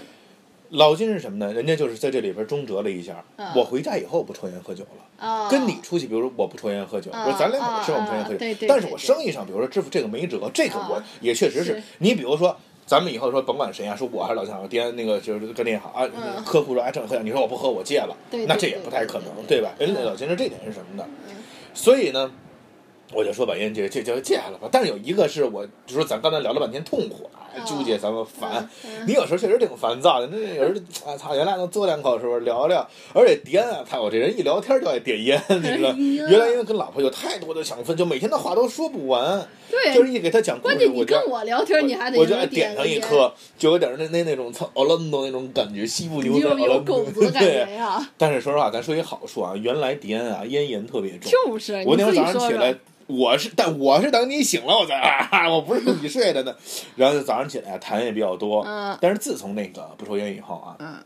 老金是什么呢？人家就是在这里边中折了一下嗯，我回家以后不抽烟喝酒了。啊，跟你出去，比如说我不抽烟喝酒，啊我说咱两口吃饭不抽烟喝啊啊对酒，对但是我对对生意上，比如说支付这个没辙，这个我啊也确实是是。你比如说，咱们以后说甭管谁啊，说我还是老想我爹那个就是跟那好啊嗯，客户说哎这样喝，你说我不喝我戒了对，对那这也不太可能，对吧？人对嗯家老先生这点是什么的，所以呢。我就说把烟戒戒戒戒了吧，但是有一个是我，就说咱刚才聊了半天痛苦啊，哦纠结咱们烦。嗯你有时候确实挺烦躁的，那有时候啊操，原来能嘬两口是不是聊聊？而且点啊，操，我这人一聊天就爱点烟，你知哎道。原来因为跟老婆有太多的想分，就每天的话都说不完，就对，是一给她讲故关事，键你我就跟我聊天，你还得我就爱点上个一烟，颗，就有点那那那种操奥兰多那种感觉，西部你牛仔就奥有兰狗多。子的 [laughs] 感对觉，呀。但是说实话，咱说一好处啊，原来迪安啊咽炎特别重， [laughs] 就是，啊我哎你那自会儿己早上说起说来，，我是但我是等你醒了我才啊，我不是你睡的呢。然后就早上起来啊痰也比较多，嗯但是自从那个不抽烟以后啊，嗯，哎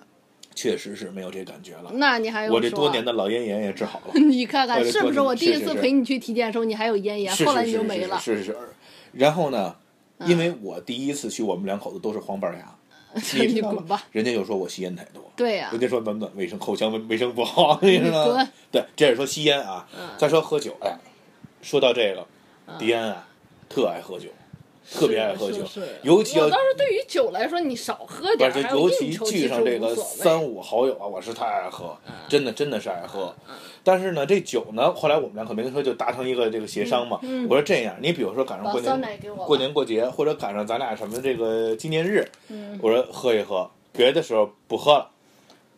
确实是没有这感觉了。那你还有啊我这多年的老咽炎也治好了。 [laughs] 你看看我这是不多是？年我第一是次是是陪你去体检的时候，你还有咽炎，是后来是你是就没了。是是是是。然后呢，嗯因为我第一次去，我们两口子都是黄板牙， [laughs] 你你知道滚吗吧？ [laughs] 人家就说我吸烟太多，对呀人，家说暖暖卫生口腔卫卫生不好，你你知道吗？滚。对，这是说吸烟啊。嗯再说喝酒，哎，说到这个，嗯迪安啊，特爱喝酒，特别爱喝酒，是是是尤其要我倒是对于酒来说，你少喝点而儿，且还有尤应其酬聚其实上这无个所三谓。五好友啊，我是太爱喝，嗯真的真的是爱喝。但是呢，这酒呢，后来我们俩可没说就达成一个这个协商嘛。嗯嗯我说这样，你比如说赶上把过酸年奶给我吧。过年过节，或者赶上咱俩什么这个纪念日，嗯我说喝一喝，别的时候不喝了。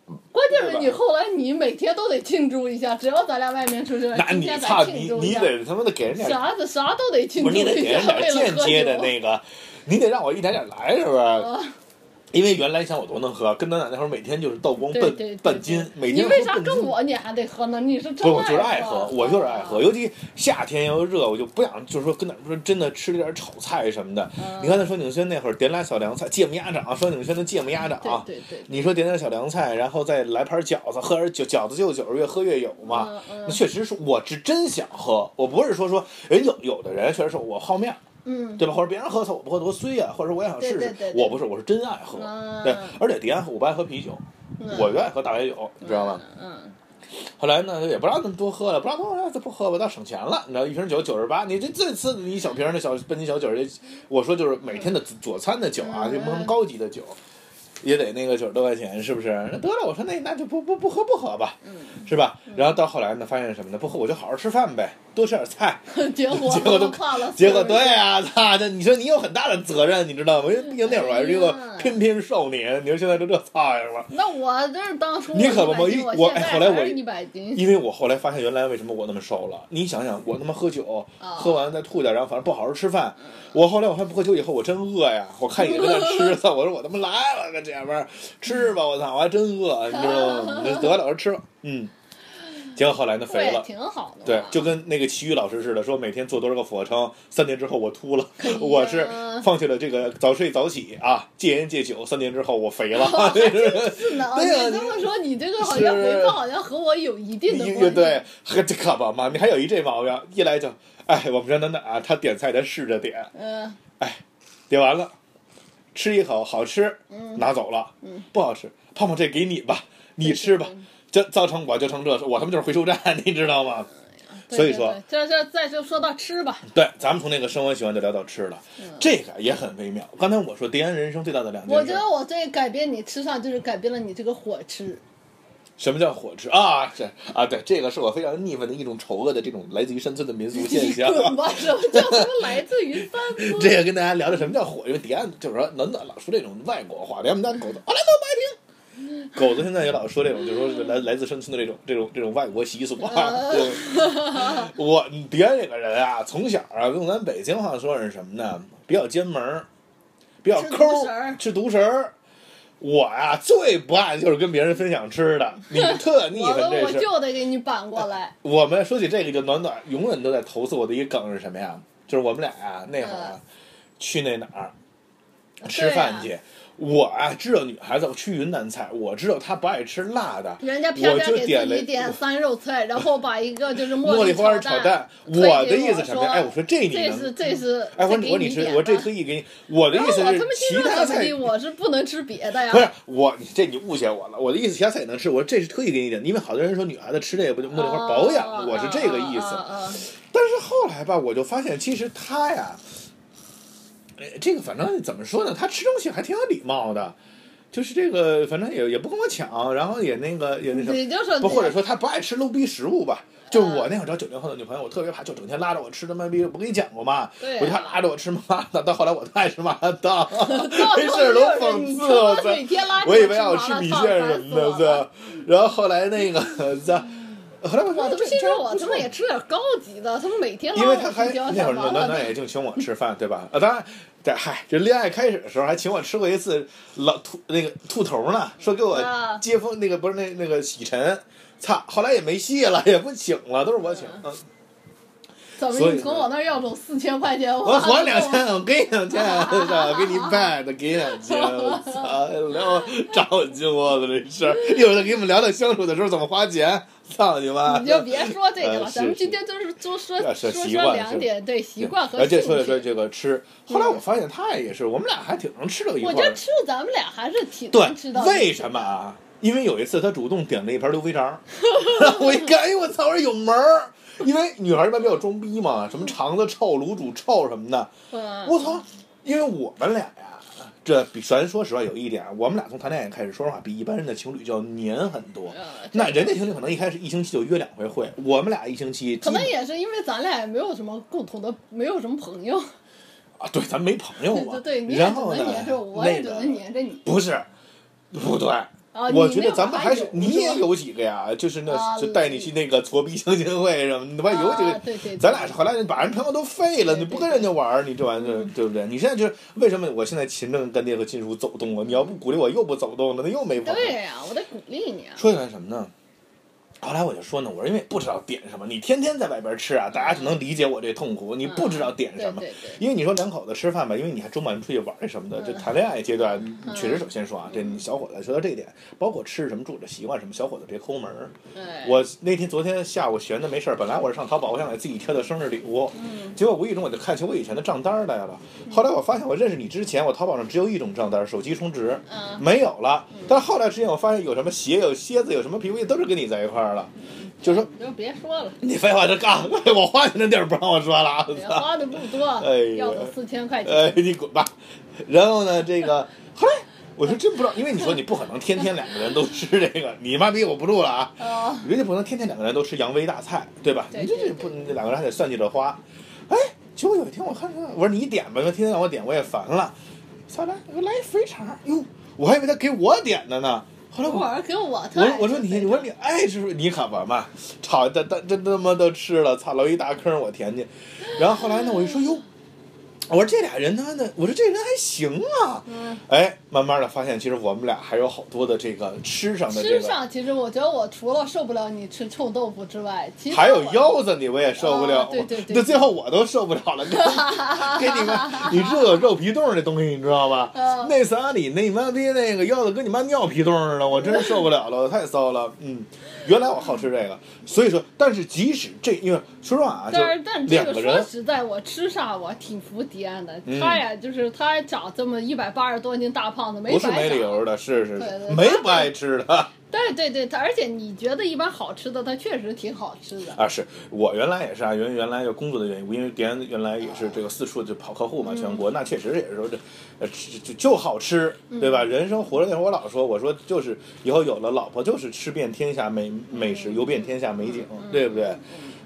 关键对是吧你后来你每天都得庆祝一下，只要咱俩外面出去，那今你天操咱你庆祝一你下。得他妈的给人点啥子啥都得 [laughs] 庆不祝是你得一给人下，点为了间喝接的酒。那个，你得让我一点点来，是不是？啊因为原来想我多能喝，跟咱俩那会儿每天就是倒光对半对对半斤，每你天为喝啥半跟斤我你还得喝呢？你是真不是，我就是爱喝啊嗯喝，，我就是爱喝，。尤其夏天又热，我就不想就是说跟哪说真的吃点炒菜什么的。嗯你刚才说景轩那会儿点俩小凉菜，芥末鸭掌，说景轩的芥末鸭掌，对对对，你说点点小凉菜，然后再来盘饺子，喝点酒，饺子就酒，越喝越有嘛。嗯那确实是，我是真想喝，我不是说说人有有的人确实是我好面儿，嗯对吧？或者别人喝，操，我不喝多衰呀、或者我也想试试，对对对对我不是，我是真爱喝。嗯对，而且迪安我不爱喝啤酒，嗯我就爱喝大白酒，你知道吗？嗯，后来呢，也不让他们多喝了，不让多喝了，这不喝吧，倒省钱了。你知道，一瓶酒九十八，你这这次你一小瓶儿那小奔斤小酒儿，这我说就是每天的佐餐的酒啊，嗯就不能高级的酒，也得那个九十多块钱，是不是？那得了，我说那那就不不不喝不喝吧，嗯是吧？然后到后来呢，发现什么呢？不喝我就好好吃饭呗，多吃点菜。嗯 [laughs] 结果结果都都怕了，结果对啊，操！这你说你有很大的责任，你知道吗？因为毕竟那会儿还是一个哎呀偏偏少年，你说现在都这操样了。那我这是当初你可不我一我我现在哎后来我还是一百斤，因为我后来发现，原来为什么我那么瘦了？你想想，我他妈喝酒，啊喝完再吐点，然后反正不好好吃饭。我后来我还不喝酒以后，我真饿呀！我看你们在那吃，操！我说我他妈来了，个姐们儿，吃吧！我操，我还真饿，你知道吗？你就得了，我说吃吧，嗯。结果后来呢，对，肥了。挺好的嘛。对，就跟那个齐豫老师似的，说每天做多少个俯卧撑，三年之后我秃了，我是啊放弃了这个早睡早起啊，戒烟戒酒，三年之后我肥 [laughs] 了，是呢， [laughs] 对啊你这么说，你这个好是像肥胖好像和我有一定的你关对系。对，还这可不嘛，你还有一这毛病，一来就，哎，我们家楠楠啊，他点菜他试着点，嗯，点完了，吃一口好吃，拿走了，不好吃，胖胖这给你吧，你吃吧嗯对对对，这造成我就成这，我他妈就是回收站， [laughs] 你知道吗？哎对所以对说对这这再就说到吃吧，对，咱们从那个生活习惯就聊到吃了，这个也很微妙。刚才我说迪安人生最大的两件事，我觉得我最改变你吃上就是改变了你这个火吃。什么叫火吃啊？这啊，对，这个是我非常腻歪的一种丑恶的这种来自于山村的民俗现 [laughs] 象。滚吧！什么叫什么来自于三 [laughs] 村？这个跟大家聊聊什么叫火，因为迪安就是说暖暖老说这种外国话，连我们家狗子啊来都不爱听。狗子现在也老说这种，就是说是来来自山村的这种这种这种外国习俗嗯啊。 [laughs] 对我迪安这个人啊，从小啊，用咱北京话说是什么呢？比较奸门儿，比较吃抠独食儿儿，吃独食儿。我啊，最不爱的就是跟别人分享吃的，你特腻我歪的这我事儿。就得给你扳 [laughs] 过来。我们说起这个，就暖暖永远都在投诉我的一个梗是什么呀？就是我们俩啊，那会儿、啊去那哪儿吃饭去，我啊知道女孩子去云南菜，我知道她不爱吃辣的，人家偏我就偏给点自了己点三肉 [laughs] 菜，然后把一个就是茉茉莉花儿炒炒，蛋。我的意思什么呀？推给我说哎，我说这你这能是。这是哎，我再给我你你吃，点我这吧特意给你。我的然意后思我是他妈，心其说他怎么菜地，我是不能吃别的呀不。是我，你这你误解我了。我的意思，其他菜也能吃。我说这是特意给你点，因为好多人说女孩子吃这个不就茉莉花儿保养嘛，哦我是这个意思。啊啊啊啊啊但是后来吧，我就发现其实他呀，呃，这个反正怎么说呢，他吃东西还挺有礼貌的。就是这个，反正也也不跟我抢，然后也那个也那什么，你就说不或者说他不爱吃 low 逼食物吧。就是我那会儿找九零后的女朋友，我特别怕，就整天拉着我吃他妈逼，我跟你讲过嘛，对我就怕拉着我吃麻辣烫，到后来我特爱吃麻辣烫，这事儿哦是都讽刺我操！每天拉着我以为吃要我麻吃辣米烫线烦什死么的，我了操！然后后来那个操，后来我我发怎么现心这说我这他妈也吃点高级的？他们每天拉因哦我为他吃还椒那会小儿那麻那辣那也烫，净请我吃饭，对吧？啊，当然，这嗨，这恋爱开始的时候还请我吃过一次老兔那个兔头呢，说给我啊接风那个不是那那个洗尘，操，后来也没戏了，也不请了，都是我请。嗯怎么所以你从我那儿要走四千块钱？我还还不两够千，我给你两 [laughs] 千，我操给你办的，给两千，我操，哎聊照进窝子这事儿，一会儿再给你们聊聊相处的时候怎么花钱，操你妈！你就别说这个啊呃了，是咱们是今天就是就说啊是说说习惯两是点，对习惯和而且兴说着说着趣。这个吃，后来我发现他也是，我们俩还挺能吃到一块我儿觉的得。吃咱们俩还是挺能吃对到，的为什么啊？因为有一次他主动点了一 [laughs] 盘溜肥肠，然后我一看，哎，我操，我说有门儿。因为女孩一般比较装逼 [laughs] 嘛，什么肠子臭、卤煮臭什么的。嗯，我操！因为我们俩呀，这比咱说实话有一点，我们俩从谈恋爱开始，说实话比一般人的情侣就要黏很多。呃那人家情侣可能一开始一星期就约两回会，我们俩一星期基可本能也是因为咱俩也没有什么共同的，没有什么朋友。啊，对，咱没朋友 [laughs] 对嘛对。对，你也然只后能呢黏着，我，我那也只能个黏着你。不是，不对，啊，我你觉没得有咱们还有是你也有几个呀，就是那啊就带你去那个挫逼相亲会什么的，完有几啊个。对对，对咱俩是后来把人朋友都废了，对你对嗯不跟人家玩儿，你这玩意儿对不对？你现在就是为什么我现在勤政干爹和金属走动了？啊你要不鼓励我又不走动了，那又没朋友。对呀，我得鼓励你啊。说起来什么呢？后来我就说呢，我说因为不知道点什么，你天天在外边吃啊，大家只能理解我这痛苦。你不知道点嗯对什么，对对，因为你说两口子吃饭吧，因为你还周末出去玩儿什么的，嗯这谈恋爱阶段确实，嗯首先说啊，这你小伙子说到这一点，包括吃什么、住的习惯什么，小伙子别抠门儿。嗯对哎我那天昨天下午闲的没事儿，本来我是上淘宝，我想给自己挑挑生日礼物，嗯结果无意中我就看起我以前的账单儿来了。后来我发现，我认识你之前，我淘宝上只有一种账单儿，手机充值。嗯，没有了，但是后来之前我发现有什么鞋、有蝎子、有什么 PV 都是跟你在一块儿了，嗯就是说你就别说了，你废话这干， [laughs] 我花钱的地儿不让我说了啊，我也操！花的不多，哎呀要走四千块呃钱，，你滚吧。然后呢，这 [laughs] 个后来我说真不知道，因为你说你不可能天天两个人都吃这个， [laughs] 你妈逼我不住了啊！哦，人家不能天天两个人都吃扬威大菜，对吧？对你这对这不，你两个人还得算计着花。哎，结果有一天我看他，我说你点吧，他天天让我点，我也烦了。下来我来一肥肠，哟，我还以为他给我点的呢。后来我偶尔给我特我爱我说吃你肥我说你爱吃你可不嘛，炒的但真他妈都吃了，操了一大坑我填去，然后后来呢我一说哟，我说这俩人他妈的，我说这人还行啊，嗯，哎，慢慢的发现其实我们俩还有好多的这个吃上的这吃个，上其实我觉得我除了受不了你吃臭豆腐之外，其 [laughs] 实还有我腰啊子你我也受不了，哦对对对那最后我都受不了了， [laughs] 给给你妈，你知道有肉皮冻这东西你知道吧？嗯那次阿里那你妈逼那个腰子跟你妈尿皮冻似的，我真是受不了了，我太骚了。嗯，原来我好吃这个，所以说，但是即使这，因为说实话啊，就但是但这两个个说人，实在，我吃啥我挺服迪安的，嗯他呀就是他长这么一百八十多斤大胖子没不是白没理长。由的，是是对是，对没他不爱吃的对对对，他而且你觉得一般好吃的，它确实挺好吃 [laughs] 的。啊。是我原来也是啊，原原来就工作的原因，因为别人原来也是这个四处就跑客户嘛，嗯全国那确实也是说这，呃，吃就就好吃，对嗯吧？人生活着那会儿，我老说，我说就是以后有了老婆，就是吃遍天下美嗯美食，游遍天下美景，对不对？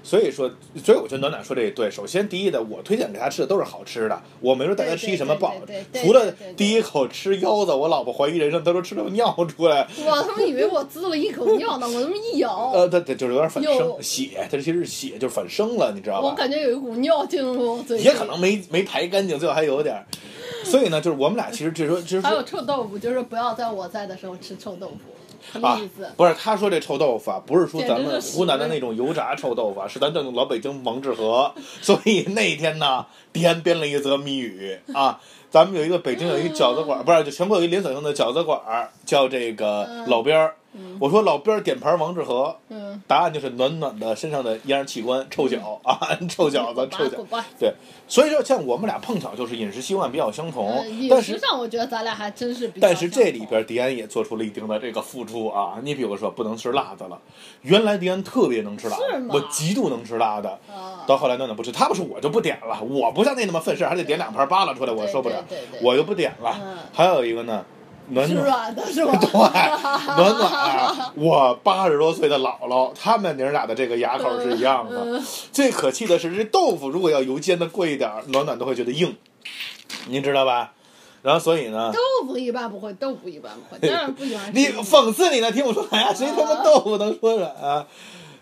所以说，所以我觉得暖暖说这也对。首先，第一的，我推荐给他吃的都是好吃的，我没说带他吃一什么不好对对对对对除了对对对第一口吃腰子，我老婆怀疑人生，她说吃了尿出来，我他妈以为我滋了一口尿呢，我他妈一咬，呃，她她就是有点反生有血，她其实是血，就是反生了，你知道吧？我感觉有一股尿进入我嘴里。也可能没没排干净，最后还有点儿。所以呢，就是我们俩其实就是说，就是还说有臭豆腐，就是不要在我在的时候吃臭豆腐，啊什么意思？，不是他说这臭豆腐啊，不是说咱简们直是湖南的那种油炸臭豆腐啊，是咱这种老北京王致和。所以那天呢，迪安编了一则谜语啊，咱们有一个北京有一饺子馆儿，不是就全国有一连锁性的饺子馆儿，叫这个嗯老边儿。嗯我说老边儿点盘王致和，嗯，答案就是暖暖的身上的一样器官臭脚啊，臭 [laughs] 脚子滚吧臭脚。滚吧对，所以说像我们俩碰巧就是饮食习惯比较相同呃，饮哦但食是上我觉得咱俩还真是比较但是这相里同边迪安也做出了一定的这个付出啊。你比如说不能吃辣的了，原来迪安特别能吃辣是的，吗我极度能吃辣的。啊，到后来暖暖不吃，他不吃我就不点了，我不像那那么费事儿，还得点两盘扒拉出来，我对受不了，对对对我就不点了。嗯还有一个呢，暖是暖软的是吧？ [laughs] 对，暖暖啊，我八十多岁的姥姥，他们娘俩的这个牙口是一样的。最可气的是，这豆腐如果要油煎的贵一点儿，暖暖都会觉得硬，您知道吧？然后所以呢，豆腐一般不会，豆腐一般不会，当然不喜欢吃。你讽刺你呢？听我说完呀，啊谁他妈豆腐能说软啊？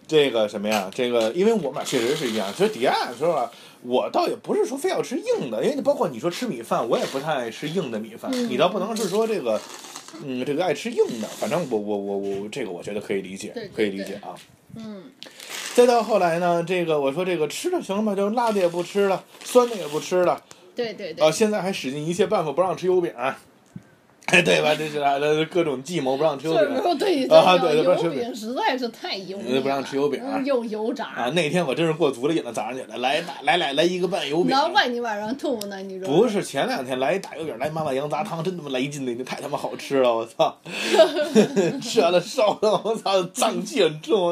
这个什么呀？这个，因为我们俩确实是一样。其实迪亚说吧，我倒也不是说非要吃硬的，因为你包括你说吃米饭，我也不太爱吃硬的米饭。嗯你倒不能是说这个，嗯，这个爱吃硬的。反正我我我我，这个我觉得可以理解对对，可以理解啊。嗯，再到后来呢，这个我说这个吃的行了吧，就辣的也不吃了，酸的也不吃了，对对对啊，，现在还使尽一切办法不让吃油饼儿， [laughs] 对吧？这是啊，这各种计谋不让吃油这饼儿时。候对于啊这对对不个让吃油油饼饼实在是太油腻嗯了，不让吃油饼啊嗯又油炸啊，。那天我真是过足了瘾了，早上起来来一大来来来一个半油饼。啊难怪你晚上吐呢，你说不是前两天来一大油饼，来妈妈羊杂汤，真他妈来劲的，那太他妈好吃了，我操！吃完了烧的，我操，脏气很重，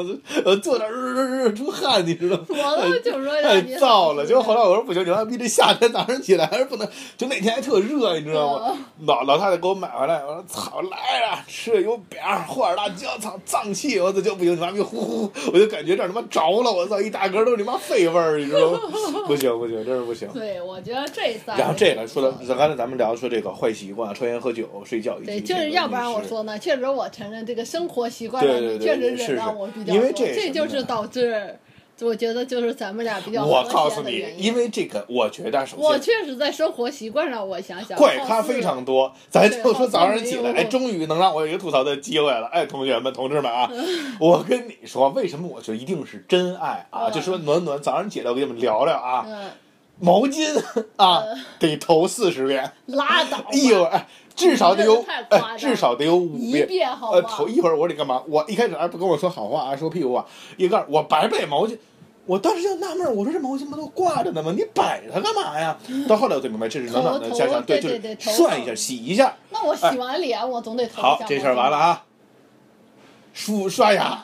我就我坐那儿、呃出汗，你知道吗？我都就说太让你燥哎了，结果后来我说不行，你妈逼这夏天早上起来还是不能，就那天还特热，你知道吗？嗯 [laughs] 老老太太给我买回来，我说操来了，吃着油饼儿和点辣椒，操脏气，我操就不行，你妈逼呼呼，我就感觉这儿他妈着了，我操一大格都是你妈废味儿，你知道 [laughs] 吗？不行不行，真是不行。对，我觉得这三然后这个说的，刚才咱们聊说这个坏习惯，抽烟、喝酒、睡觉，以及对，这就个是要不然饮我食说呢，确实我承认这个生活习惯对对上面对确实是是惹到我比较因为多，这是这就什么是呢导致我觉得就是咱们俩比较我和谐告诉的你原，因因为这个，我觉得首我先确实在生活习惯上，我想想怪咖非常多，咱就说早上起对好来，像没哎，有终于能让我有一个吐槽的机会了。哎，同学们、同志们 [laughs] 啊，我跟你说，为什么我就一定是真爱啊？嗯就说暖暖早上起来，我跟你们聊聊啊，嗯，毛巾啊，得投四十遍，拉嗯倒吧，一会儿哎至少得有你这个太夸张哎，至少得有五一遍。遍好呃，吗？头一会儿我说你干嘛？我一开始还不跟我说好话啊，说屁股啊，一告诉我白摆毛巾，我当时就纳闷儿，我说这毛巾不都挂着呢吗？你摆它干嘛 [laughs] 呀？到后来我才明白，这是暖暖的头家乡，头对就对是对头涮上一下，洗一下。那我洗完脸，我总得头哎好，这事儿完了。啊。漱刷牙，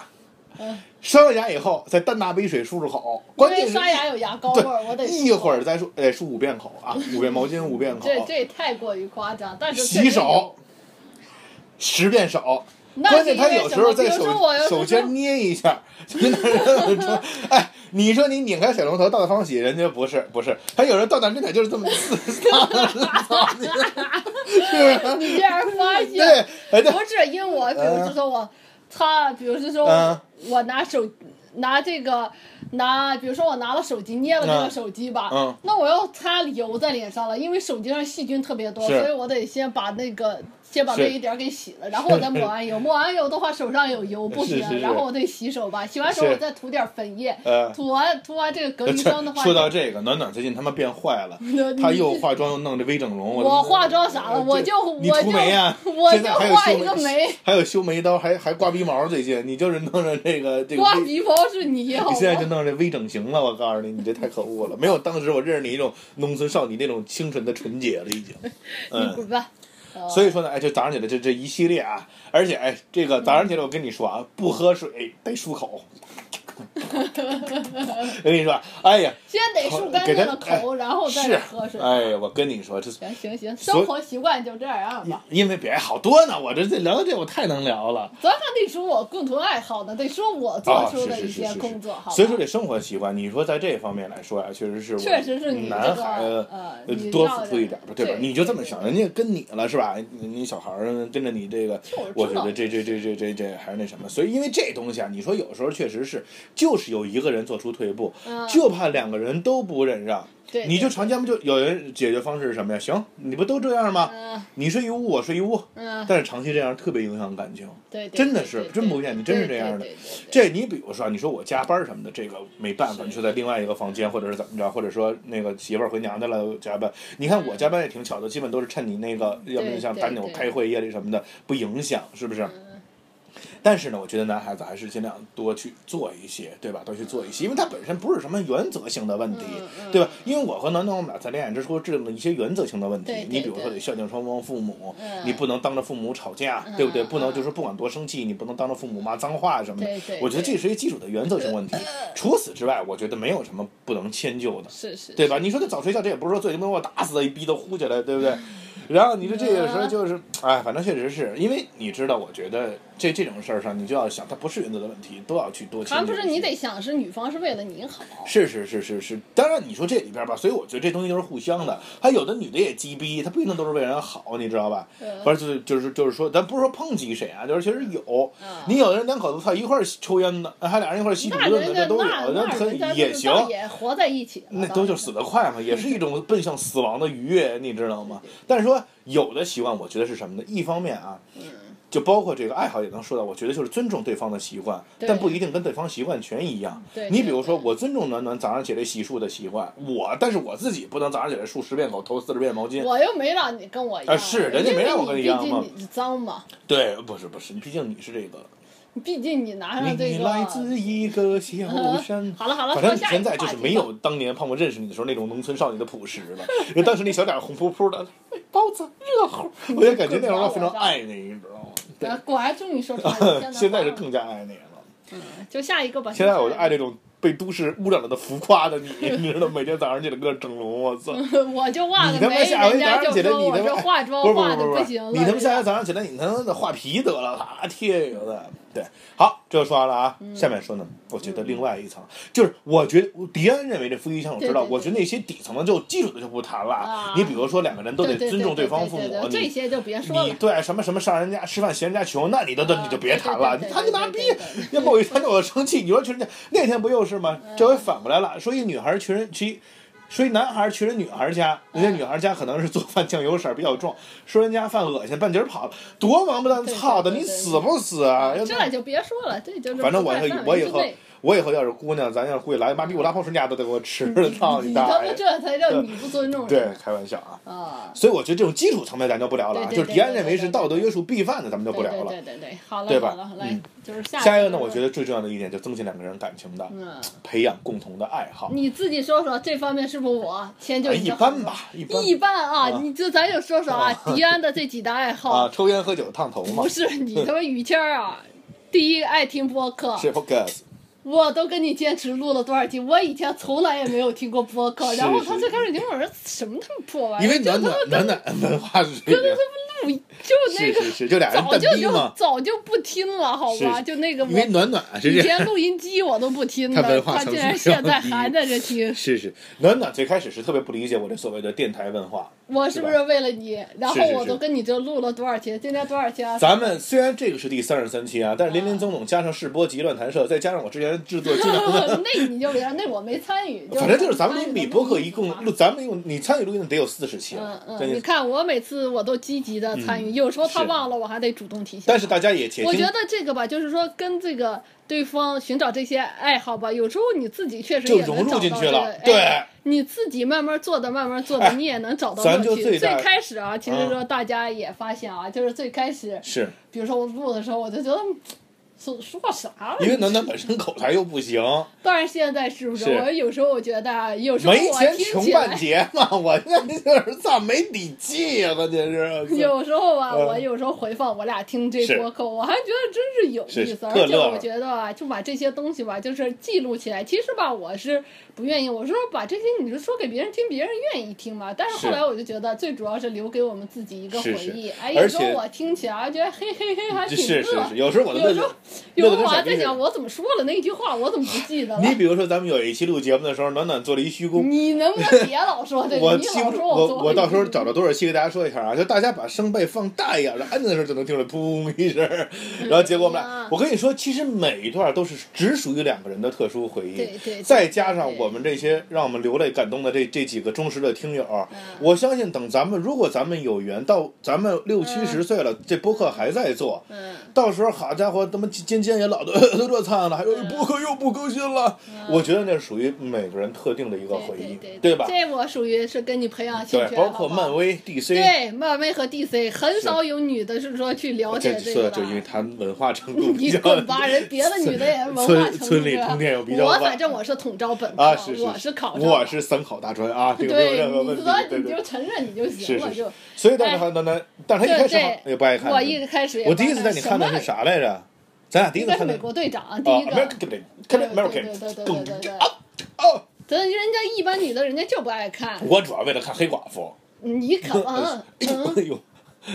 嗯，刷完牙以后再单拿杯水漱漱口，因关键为是刷牙有牙膏味儿，我得一会儿。儿再漱，哎，漱五遍口啊，五遍毛巾，五遍口，这这也太过于夸张，但是洗手，十遍手。那关键是因他为有什时么候在比手如说我要是手说尖捏一下，就那儿说哎，你说你拧开水龙头倒在方洗，人家不是不是，他有人倒点真奶就是这么四 [laughs] 撒，操你你这样发 [laughs] 对现，，哎对，不是因为我，比如嗯说我擦，比如说嗯我我拿手拿这个拿，比如说我拿了手机捏了这个嗯手机吧，嗯那我要擦油在脸上了，因为手机上细菌特别多，是所以我得先把那个先把是那一点儿给洗了，然后我再抹完油，抹完油的话手上有油不是是行，是然后我得洗手吧，洗完手是我再涂点粉液，呃，涂完涂完这个隔离霜的话，说到这个，暖暖最近他妈变坏了，你他又化妆又弄这微整容，我我化妆啥了，呃我这就我你就涂眉啊我现就在还有画修一个眉眉。还有修眉刀，还还刮鼻毛，最近你就是弄着这个这个刮微鼻毛是你好啊你吗？现在就弄这微整形了，我告诉你，你这太可恶了，没有当时我认识你一种农村少女那种清纯的纯洁了已 [laughs] 经。你嗯，滚吧。呃所以说呢，哎，就早上起来这这一系列啊，而且哎，这个早上起来我跟你说啊，不喝水得漱口。 [laughs] 我跟你说，哎呀，先得漱干净了口，然后再哎是来喝，水。哎呀，我跟你说，这行行行，所以生活习惯就这样吧。因为别人好多呢，我这这聊到这我太能聊了。咱还得说我共同爱好呢，得说我啊做出的是是一是些是工作，好吧所以说这生活习惯，你说在这方面来说啊，确实是我确实是你这男个孩子呃，呃你多让付出人一点吧，对吧？对嗯你就这么想，对人家跟你了是吧？你你小孩儿跟着你这个就，是我知觉得道这这这这这这还是那什么，所以因为这东西啊，你说有时候确实是，就是有一个人做出退步，嗯就怕两个人都不忍让，对，你就对常见不就有人解决方式是什么呀？行，你不都这样吗？嗯你睡一屋，我睡一屋，嗯，但是长期这样特别影响感情。对，对真的对是对真不骗你真是对这样的对对对对这你比如说，你说我加班什么的，这个没办法，是你说在另外一个房间，或者是怎么着，或者说那个媳妇儿回娘家了加班。你看我加班也挺巧的，基本都是趁你那个，要不然像对赶紧我对开会夜里什么的，不影响，是不是？嗯但是呢，我觉得男孩子还是尽量多去做一些，对吧？多去做一些，因为它本身不是什么原则性的问题，嗯嗯对吧？因为我和暖暖我们俩在恋爱之初制定了一些原则性的问题，对对你比如说对得孝敬双方父母，嗯你不能当着父母吵架，嗯对不对？不能嗯就是不管多生气，你不能当着父母骂脏话什么的。对对我觉得对这呃是一基础的原则性问题。除此之外，我觉得没有什么不能迁就的。是是，对吧？你说他早睡觉，这也不是说最他妈我打死他一逼他呼起来，对不对？然后你说这个时候就是， [laughs] 哎，反正确实是因为你知道，我觉得这这种事儿上，你就要想，它不是原则的问题，都要去多亲反正近一些。不是你得想是女方是为了你好，是是是是是，当然你说这里边吧，所以我觉得这东西都是互相的。还有的女的也鸡逼，她不一定都是为人好，你知道吧？不是就是就是就是说，咱不是说抨击谁啊，就是其实有，你有的人两口子操一块儿抽烟的，还俩人一块儿吸毒嗯那的，人这家都有，那那可人以家也就是行。倒也活在一起了，那倒都也就死得快嘛，也是一种奔向死亡的愉悦，你知道吗？但是说有的习惯，我觉得是什么呢？一方面啊，嗯就包括这个爱好也能说到，我觉得就是尊重对方的习惯，对但不一定跟对方习惯全一样。对你比如说，对我尊重暖暖早上起来洗漱的习惯，我但是我自己不能早上起来漱十遍口，头四十遍毛巾。我又没让你跟我一样，啊是人家因为没让我跟你你一样嘛毕竟你脏嘛，对，不是不是，毕竟你是这个，毕竟你拿上这你个。来自一个小 [laughs] 山。好了好了，反正说你下现一个在就话是题没吧有当年胖虎认识你的时候那种农村少女的朴实了，因为当时那小脸红扑扑的，哎包子热乎，我也感觉那会儿非常爱你，你知道吗？对，啊，果然终于说出来了。现在在是更加爱你了。就下一个吧。现在我就就爱这种被都市污染了的浮夸的你，你知道吗，每天早上起来搁这整容，我操！种，我就忘了你他妈没，下回人家早上起就来说你我他妈这化妆不是不化是的不是行了。你他妈下人回家早上起来你他妈的画皮得了，啪贴有的。对，好，这就说完了啊。嗯下面说呢，我觉得另外一层就是，我觉得迪安认为这夫妻相处之道，对对对我觉得那些底层的就基础的就不谈了。啊你比如说两个人都得对对尊重对方父母，对对这你些就别说你了。对什么什么上人家吃饭嫌人家穷，那你的啊你就别谈了，对对对对他你妈逼对对对！要不我一谈我生气，你说去人家那天不又是吗？这回反过来了，说一女孩去人去，说一男孩去人女孩家，人家女孩家可能是做饭酱油色儿比较重，说人家饭恶心，半截儿跑了，多王八蛋！对对操的，对你对对死不死啊？要这就别说了，这就是反正不我在以后范我围以之后内我以后要是姑娘，咱要是会来，妈逼我拉泡春家都得给我吃，操你他大妈爷！这才叫你不尊重对人，开玩笑啊。啊！所以我觉得这种基础层面咱就不聊了啊，对对就是对迪安对认对为对是对道德约束必犯的，咱们就不对聊对了。对对对，好对了吧好了，来嗯就是下下一一个呢，我觉得得最重要的一点就增进两个人感情的，嗯，培养共同的爱好。你自己说说这方面是不是我迁就哎你一的好般了吧，一般一般啊，啊你就咱就说说啊，迪安的这几大爱好啊，，抽烟喝酒烫头嘛不，是你他妈于谦儿啊，第一爱听播客，是 focus。我都跟你坚持录了多少集，我以前从来也没有听过播客，是然后是他最开始听我说什么他妈破玩意因儿，为暖暖暖暖文化水平，录就那是个是是，就俩人早蛋就逼就嘛。早就不听了，好是吧，是就那个因为我暖暖是以这样，前录音机我都不听他文的，化他程竟度然非常现在低还在这听，是是暖暖最开始是特别不理解我这所谓的电台文化。我是不是是为了你？然是后是我是都跟你这录了多少期，今天多少期啊？咱们虽然这个是第三十三期啊，但是林林总总加上试播集、乱弹射，再加上我之前制作经常 [laughs] 那你就别，那我没参与。反正就是咱们参林与比的播客那一嘛共录，咱们用你参与录音的得有四十期啊嗯了，嗯，将你近看我每次我都积极的参嗯与，有时候他是忘了，我还得主动提醒。但是大家也且我觉听得这个吧，就是说跟这个对方寻找这些爱好吧，有时候你自己确实就也能融入找进到去这了个对哎你自己慢慢做的，慢慢做的，哎你也能找到咱乐就趣。最最大开始啊，其实嗯说大家也发现啊，就是最开始，是比如说我录的时候，我就觉得。嗯说说啥了？因为楠楠本身口才又不行，当然现在是不是？是我有时候我觉得啊，有时候没我钱听穷起半来，截嘛，我现在就是操没底气呀、关键是。 [laughs] 有时候啊，嗯我有时候回放我俩听这是播客，我还觉得真是有是意思，特而且乐我觉得啊，就把这些东西吧，就是记录起来。其实吧，我是不愿意，我是说把这些你是说给别人听，别人愿意听嘛。但是是后来我就觉得，最主要是留给我们自己一个回是忆。哎，而有时候且我听起来觉得嘿嘿嘿，还挺是乐。是是，有时候我都有乐时候得，有时乐候得我跟还傻逼在似的想，。我怎么说了那一句话，我怎么不记得了？啊你比如说，咱们有一期录节目的时候，暖暖做了一虚功，你能不能别老说这个？我你记老不住，说哎我做我到时候找着。到多少期给大家说一下啊，就大家把声贝放大一点，然后摁的时候就能听着砰一声儿，然后结果我们嗯俩，我跟你说，其实每一段都是只属于两个人的特殊回忆，对对对再加上我们这些让我们流泪感动的这这几个忠实的听友，嗯我相信等咱们如果咱们有缘到咱们六七十岁了，这播客还在做，嗯，到时候好家伙，他妈尖尖也老的都这苍蝇了，还嗯说播客又不更新了，我觉得那是属于每个人特定的一个回忆，嗯对吧？这我属于是跟你培养兴对，趣，包括漫。威、DC，对，漫威和 DC 很少有女的是说去了解这个说的。就因为他文化程度比你较。滚吧，人别的女的也文化村程度村里是吧通电有比较我晚反正我是统招本科，啊，是我是考上的，我是三考大专啊，这个没有对，任何你问题知道。对你对就，承认你就行是了，是。就是所以但是他那那，但是他一开始好对像也不爱看。我一开始也我第一次不带爱你什看的么是啥来着？咱俩第一应次该是看的美国队长第啊一个。 ，American 对对 Captain 对对对啊 American 对对。哦，咱人家一般女的，人家就不爱看。我主要为了看黑寡妇，你可嗯嗯，哎呦，有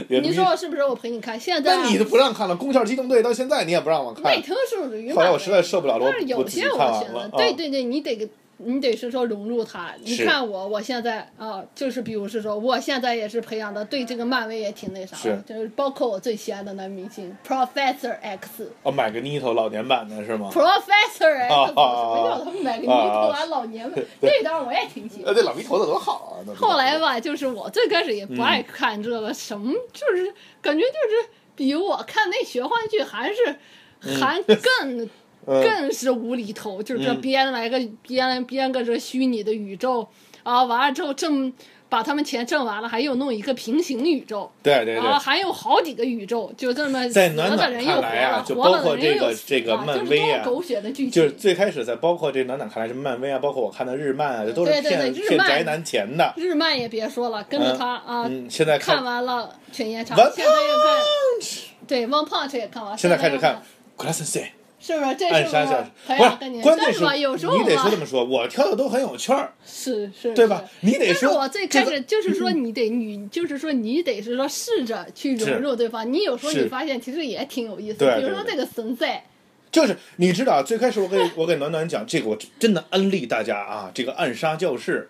这么你一说是不是？我陪你看，现在啊那你都不让看了，《宫壳机动队》到现在你也不让我看内，特殊属于后来满我实在受不了了，但是我我有自己些看我完觉了啊得，。对对对，你得你得是说融入他。你是看我，我现在啊，就是比如是说，我现在也是培养的对这个漫威也挺那啥的是，啊就是包括我最喜爱的男明星 Professor X。哦，买个 Nito 老年版的是吗？ Professor X，啊什么叫他们买个泥头啊啊老年们？那当然我也挺喜欢呃，。这老迷头子多好啊！那后来吧，就是我最开始也不嗯爱看这个，什么就是感觉就是比我看那玄幻剧还是还更、嗯更是无厘头，就是这编来个、编编个这虚拟的宇宙啊，完了之后挣把他们钱挣完了，还又弄一个平行宇宙。对对然对后，还有好几个宇宙，就这么死在暖了的暖人看又活来啊了，就活包了括的人这个又这个死了漫威就是啊多狗血的剧情，就是最开始在包括这暖暖看来是漫威啊，包括我看的日漫啊，这都是对对骗对日骗漫宅男钱的。日漫也别说了，跟着嗯他啊，嗯，现在看看，完了《犬夜叉 One》，现在又看，对《One Punch》也看完，嗯现在开始又看，哎《克拉森 C 是不是？这》，暗是杀不小是子培不养跟是，你？关键但吧，有时候你得吧说这，么说，我挑的都很有趣儿，是是，对吧是？你得但是说我最开这个嗯始就是说，你得你就是说，你得是说试着去融入对方。你有时候是你发现其实也挺有意思对的，比如说对这个神在，就是你知道，最开始我给 [laughs] 我给暖暖讲这个，我真的安利大家啊，这个暗杀教室，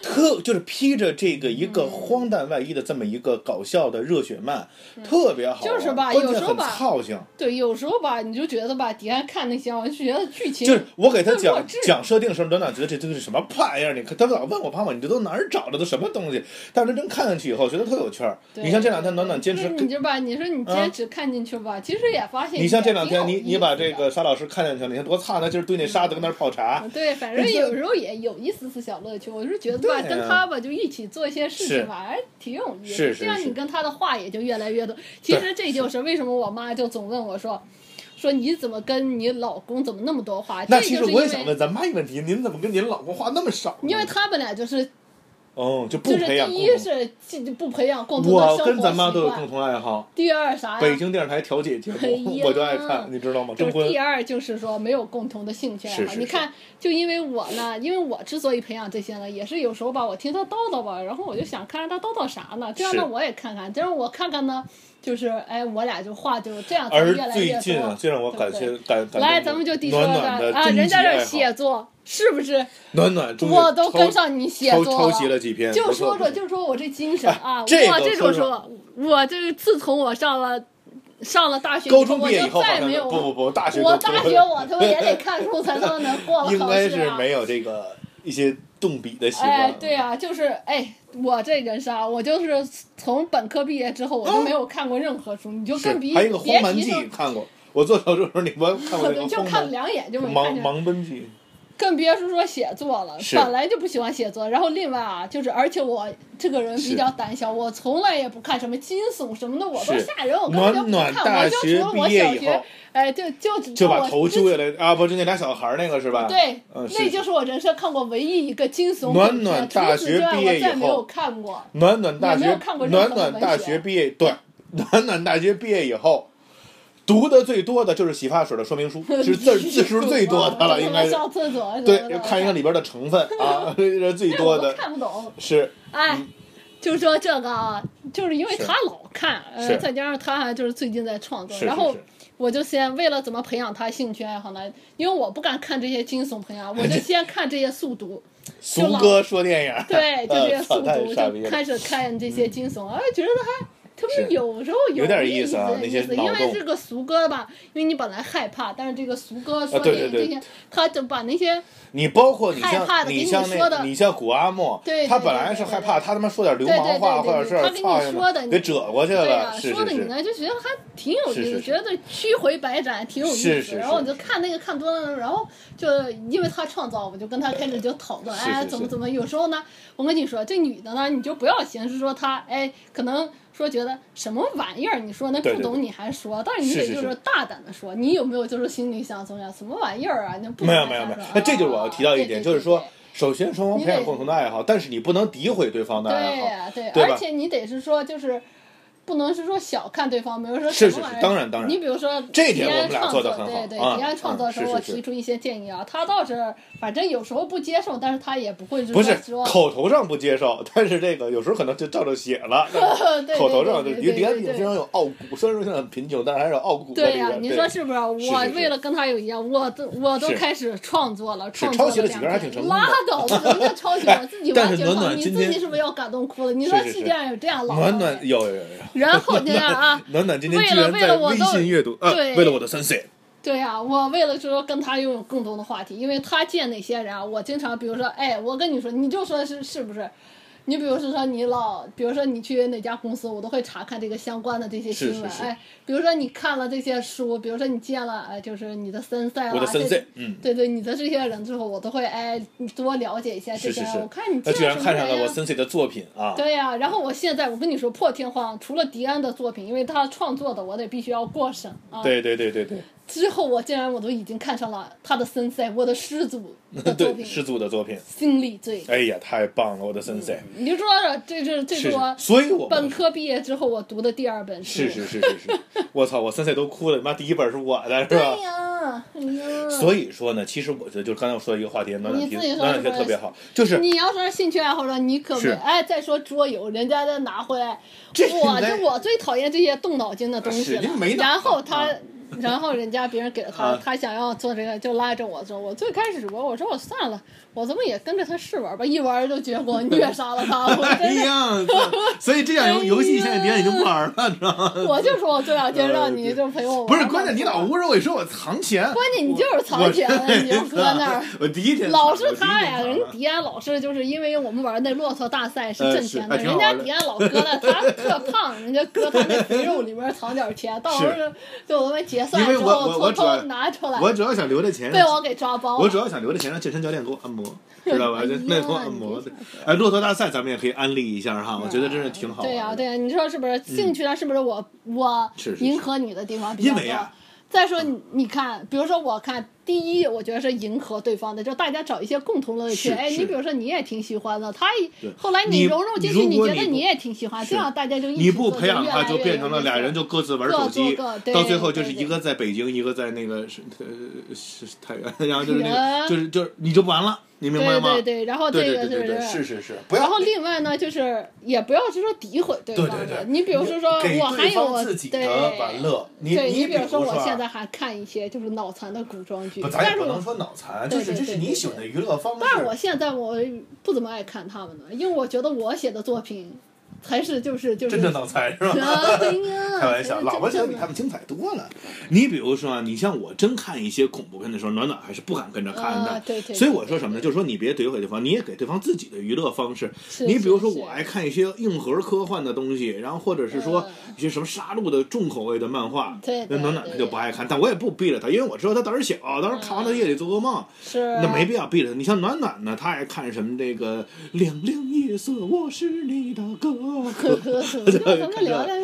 特就是披着这个一个荒诞外衣的这么一个搞笑的热血漫，特别好玩，就是吧关有时键候很吧操性。对，有时候吧，你就觉得吧，底下看那些，我就觉得剧情就是我给他更讲弱智讲设定的时候，暖暖觉得这都是什么玩意儿？你看他老问我胖胖，你这都哪儿找的？都什么东西？但是真看上去以后，觉得特有趣儿。对你像这两天暖暖坚持嗯就是，你就吧，你说你坚持看进去吧，其实也发现你像这两天也你挺有意你思的把这个沙老师看上去了，你看多差，他就是对那沙子搁那儿泡 [laughs] 茶。啊对，反正有时候也有一丝丝小乐趣。我是觉得吧，对啊跟他吧就一起做一些事是情吧，还挺有意是是思。这样是你跟他的话也就越来越多。其对实这就是为什么我妈就总问我说。说你怎么跟你老公怎么那么多话？那这其就实是因我也想为，问咱妈一个问题，您怎么跟您老公话那么少呢？因为他们俩就是哦，就不就是培养第共一同。是既就不培养共同的生我活跟咱妈习都有惯共同爱好，第二啥北呀？京电视台调解节哎目，[laughs] 呀我就爱看，你知道吗？就征是婚第二就是说没有共同的兴趣爱好。是是你是看，就因为我呢，因为我之所以培养这些呢，也是有时候吧，我听他叨叨吧，然后我就想看看他叨叨啥呢，这样是呢我也看看，这样我看看呢，就是哎，我俩就话就这样才而越来最越近啊多，。最让我感谢感感动来，的咱们就地说暖暖的的啊，终人极家爱这好写作是不是？暖暖终于我都超跟上你写抄作抄袭了几篇，就不错说说，就说我这精神啊，哎这个我这种说说说，我这个自从我上了上了大学以后，高中毕业以后好我就再像没有不不不，大学我都大学我他妈也得 [laughs] 看书才能能过了应考该试是啊！没有这个一些动笔的习惯。哎，对啊，就是哎，我这人是啊，我就是从本科毕业之后，我就没有看过任何书，你就是更别哦还有一个《别荒蛮提记说》，看过，我做小说的时候你我看过那个《[laughs] 对，[laughs] 就荒看蛮两眼就没看盲见，盲奔记更别是说写作了。是本来就不喜欢写作，然后另外啊，就是而且我这个人比较胆小，我从来也不看什么惊悚什么的，我都是吓人，我》，根本就暖不暖看，大我就除学了我毕业小以后学，哎，就就只就把我头之揪下来啊，不是那俩小孩儿那个是吧？对，嗯那是。就是我人生看过唯一一个惊悚暖鬼片暖除大此学之外毕业我再以没后有看过。暖暖大也没学有看过，任何暖的暖文大学学毕业， [laughs] 对，暖暖大学毕业以后，读的最多的就是洗发水的说明 [laughs] 书， [laughs] 是字儿字数最多的了，应该我是。上厕所啊什么对的，看一下里边的成分 [laughs] 啊，这是最多我的都看不懂。是哎，就说这个啊，就是因为是他老看，呃是，再加上他还就是最近在创作，是然是后是我就先为了怎么培养他兴趣爱好呢？因为我不敢看这些惊悚片啊，我 [laughs] 就先看这些速读。俗哥说电影， [laughs] 对，就这呃些操速太读，傻逼就了开始看这些惊呃悚， [laughs] 哎，觉得还特别是有时候有点意意思啊那些思脑因为洞这个俗歌吧，因为你本来害怕，但是这个俗歌说啊对电影对这对些，他就把那些你包括你害怕像的给你像说那，的你像古阿莫对，对他对本来是对对害对怕，他他妈说点流对对氓对话对或者对是他给你操呀说的你给折过去对了，啊，是说的是你是，呢就觉得还挺有意思，是是是觉得迂回百转挺有意思。是是是然后我就看那个看多了，然后就因为他创造，我就跟他开始就讨论，是是哎，是怎么怎么。有时候呢，我跟你说，这女的呢，你就不要嫌是说她，哎，可能说觉得什么玩意儿，你说那对对不懂你还说，但是你是是得就是是大胆的说，你有没有就是心里想怎么样，什么玩意儿啊？那不没有懂没有还没有说，那这就是我要啊提到一对点，对就是对说对，首先双方你培养得共同的爱好，但是你不能诋毁对方的爱对啊好。呀、对，对吧而且你得是说就是。不能是说小看对方，比如说是是什么玩意是儿，当然当然你比如说这一点迪我安们俩创做作，得很好对对，啊迪安创作的时候嗯是我是提出一些建议啊，他倒是反正有时候不接受，但是他也不会就不是是说口头上不接受，但是这个有时候可能就照着写了。 [laughs] 对对口头上就对因对为迪安对也对非常有傲骨，虽然说现在很贫穷，但是还是有傲骨的对这呀、个。你对说是不是？我是是为了跟他有一样，我都我都是开始创作了，创抄作袭了了几两个还挺成功的拉倒，什么叫抄袭？我自己但是 [laughs] 完全暖放暖你今自己天是不是要感动哭了？你说是是世是界上有这样老暖高暖的有有有有，，然后这样啊暖暖今天为居了然为在了我微都信阅读，呃，对为了我的三岁，对呀、我为了说跟他拥有更多的话题，因为他见哪些人啊，我经常比如说，哎，我跟你说，你就说是是不是？你比如说说你老，比如说你去哪家公司，我都会查看这个相关的这些新闻。是是是哎，比如说你看了这些书，比如说你见了，哎，就是你的森赛啦，我的森这森，嗯，对对，你的这些人之后，我都会哎多了解一下这是些是人。是我看你他见居了然什么看上了人我呀？森 C 的作品啊，对呀、然后我现在我跟你说破天荒，除了迪安的作品，因为他创作的，我得必须要过审啊。对对对对 [laughs] 对之后我竟然我都已经看上了他的森塞，我的师祖的 [laughs] 对作对，品师《祖的作品，心力罪》。哎呀，太棒了，我的森 C，你就说这这这是嗯是我，所以我本科毕业之后我读的第二本书。是是是是 [laughs] 是，我操，我森 C 都哭了，妈第一本是我的是啊吧对？呀，哎呀，所以说呢，其实我觉得就是刚才我说的一个话题，暖暖你提自己暖暖说是提的不特是别好，就是你要说是兴趣爱好者，你可是没哎。再说桌游，人家再拿回来， [laughs] 这我人家就我最讨厌这些动脑筋的东西啊是了这没。脑然后子他啊，然后人家别人给了他啊，他想要做这个，就拉着我做。我最开始我我说我算了，我咱们也跟着他试玩吧。一玩就结果虐杀了他，我 [laughs] 哎真的。呀， [laughs] 所以这样游游戏现在别人已经不玩了，你知道吗？ [laughs] 我就说我这两天让呃你就陪我玩吧。不是，关键你老捂着我，你说我藏钱， [laughs] 关键你就是藏起来了，你就搁那儿。 [laughs] 我第一天啊老是我第一他天呀，藏人了迪安老师就是因为我们玩那骆驼大赛是挣钱的，呃是哎挺好玩人家的迪安老割 [laughs] 了，他特胖，人家割他那肥肉里边藏点钱，到时候就我们结算因为之我后我我偷主要偷拿出来，我主要想留着钱被让，我给抓包我了主。要想留着钱让健身教练给我 [laughs] 按摩，知道吧？哦哎就呀那给我按摩你的这。哎，骆驼大赛咱们也可以安利一下哈，我觉得真是挺好玩的。嗯对呀、对呀、你说是不是？兴趣上啊是不是我、我是是是迎合你的地方比较因多？为啊再说你你看，比如说我看第一，我觉得是迎合对方的，就大家找一些共同乐趣。是哎，是你比如说你也挺喜欢的，他也对后来你融入进去，如你果觉得你不你也挺喜欢，是这样大家就一起你不做培养越他，来就越变有成了意思俩人就各自玩各手做机各，对到最后就是对对一个在北京，一个在那个是呃是是太原，然后就是那个呀就是就是你就完了，你明白对吗？对对，然后这对个对对对，不是是？是是，不然要后另外呢，就是也不要是说诋毁对对方对的对，。你比如说说给我还对有方我自己对的玩乐，你对你比如说，啊我现在还看一些就是脑残的古装剧不，咱但也是不我能说脑残，就对是对这对是对你对喜欢的娱乐方式。但是我现在我不怎么爱看他们的，因为我觉得我写的作品才是就是就是真正脑残是吧？对 [laughs] 呀，开玩笑，才是老婆觉得嗯真比正他的。们精彩多了。你比如说啊，你像我真看一些恐怖片的时候，暖暖还是不敢跟着看的。啊对对对所以我说什么呢？就是说你别诋毁对方，你也给对方自己的娱乐方式。是你比如说，是是我爱看一些硬核科幻的东西，然后或者是说嗯一些什么杀戮的重口味的漫画。对对那暖暖对她就不爱看，但我也不逼着她，因为我知道她胆儿小，当时看完她夜里做噩梦。是啊那没必要避着。你像暖暖呢，她爱看什么这个“亮亮夜色，我是你的歌”，呵 [laughs] 呵呵， [laughs] 那咱们聊聊，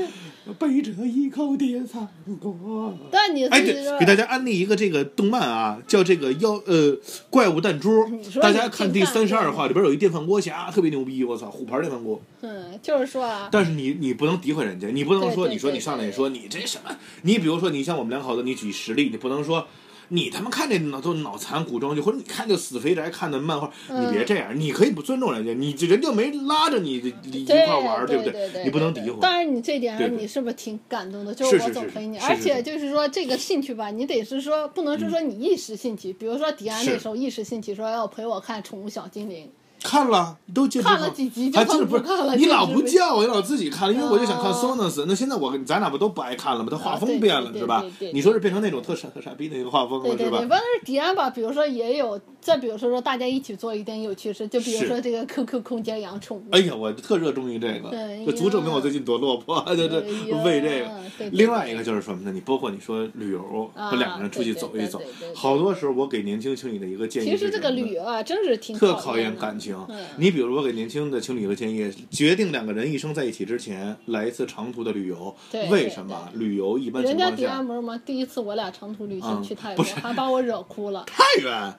背着一口铁砂锅。但你哎，自己对说，给大家安利一个这个动漫啊，叫这个妖呃怪物弹珠哎你，说大你家看进第饭三十店二吗话里边有一电饭锅侠，特别牛逼，我操，虎牌电饭锅。嗯，就是说啊，但是你你不能诋毁人家，你不能说对对你说对你上来对说你这什么，你比如说你像我们两口子，你举实例，你不能说。你他妈看这脑都脑残古装剧，或者你看这死肥宅看的漫画，你嗯别这样，你可以不尊重人家，你这人就没拉着你一一块玩儿，对不对？你不能诋毁。当然，你这点对对上你是不是挺感动的？就是我是总是陪你，是而是且是就是说这个兴趣吧，你得是说不能是说你一时兴起，比如说迪安那是时候一时兴起说要陪我看《宠物小精灵看了，都接触看了几集就还真的不是不看了你老就是不不叫我，你老自己看了，因为我就想看啊 Sonus。那现在我咱俩不都不爱看了吗？他画啊风对变对了，对是吧对对？你说是变成那种特傻特傻逼的那个画风》。对了，对是吧对，？但是迪安吧，比如说也有，再比如说说大家一起做一点有趣事，就比如是说这个 QQ 空间养宠物哎。呀，我特热衷于这个哎，呀就足证明我最近多落魄， [laughs] 对对，为这个。对对另外一个就是什么呢？你包括你说旅游，啊和两个人出去走一走对对对对，对好多时候我给年轻情侣的一个建议其是什么实呢，这个旅游啊，真是挺特考考验的感情嗯。你比如我给年轻的情侣一个建议，决定两个人一生在一起之前，来一次长途的旅游对。为什么旅游一般情人家况迪安下不是吗？第一次我俩长途旅行嗯去泰不国，是还把我惹哭了。太远？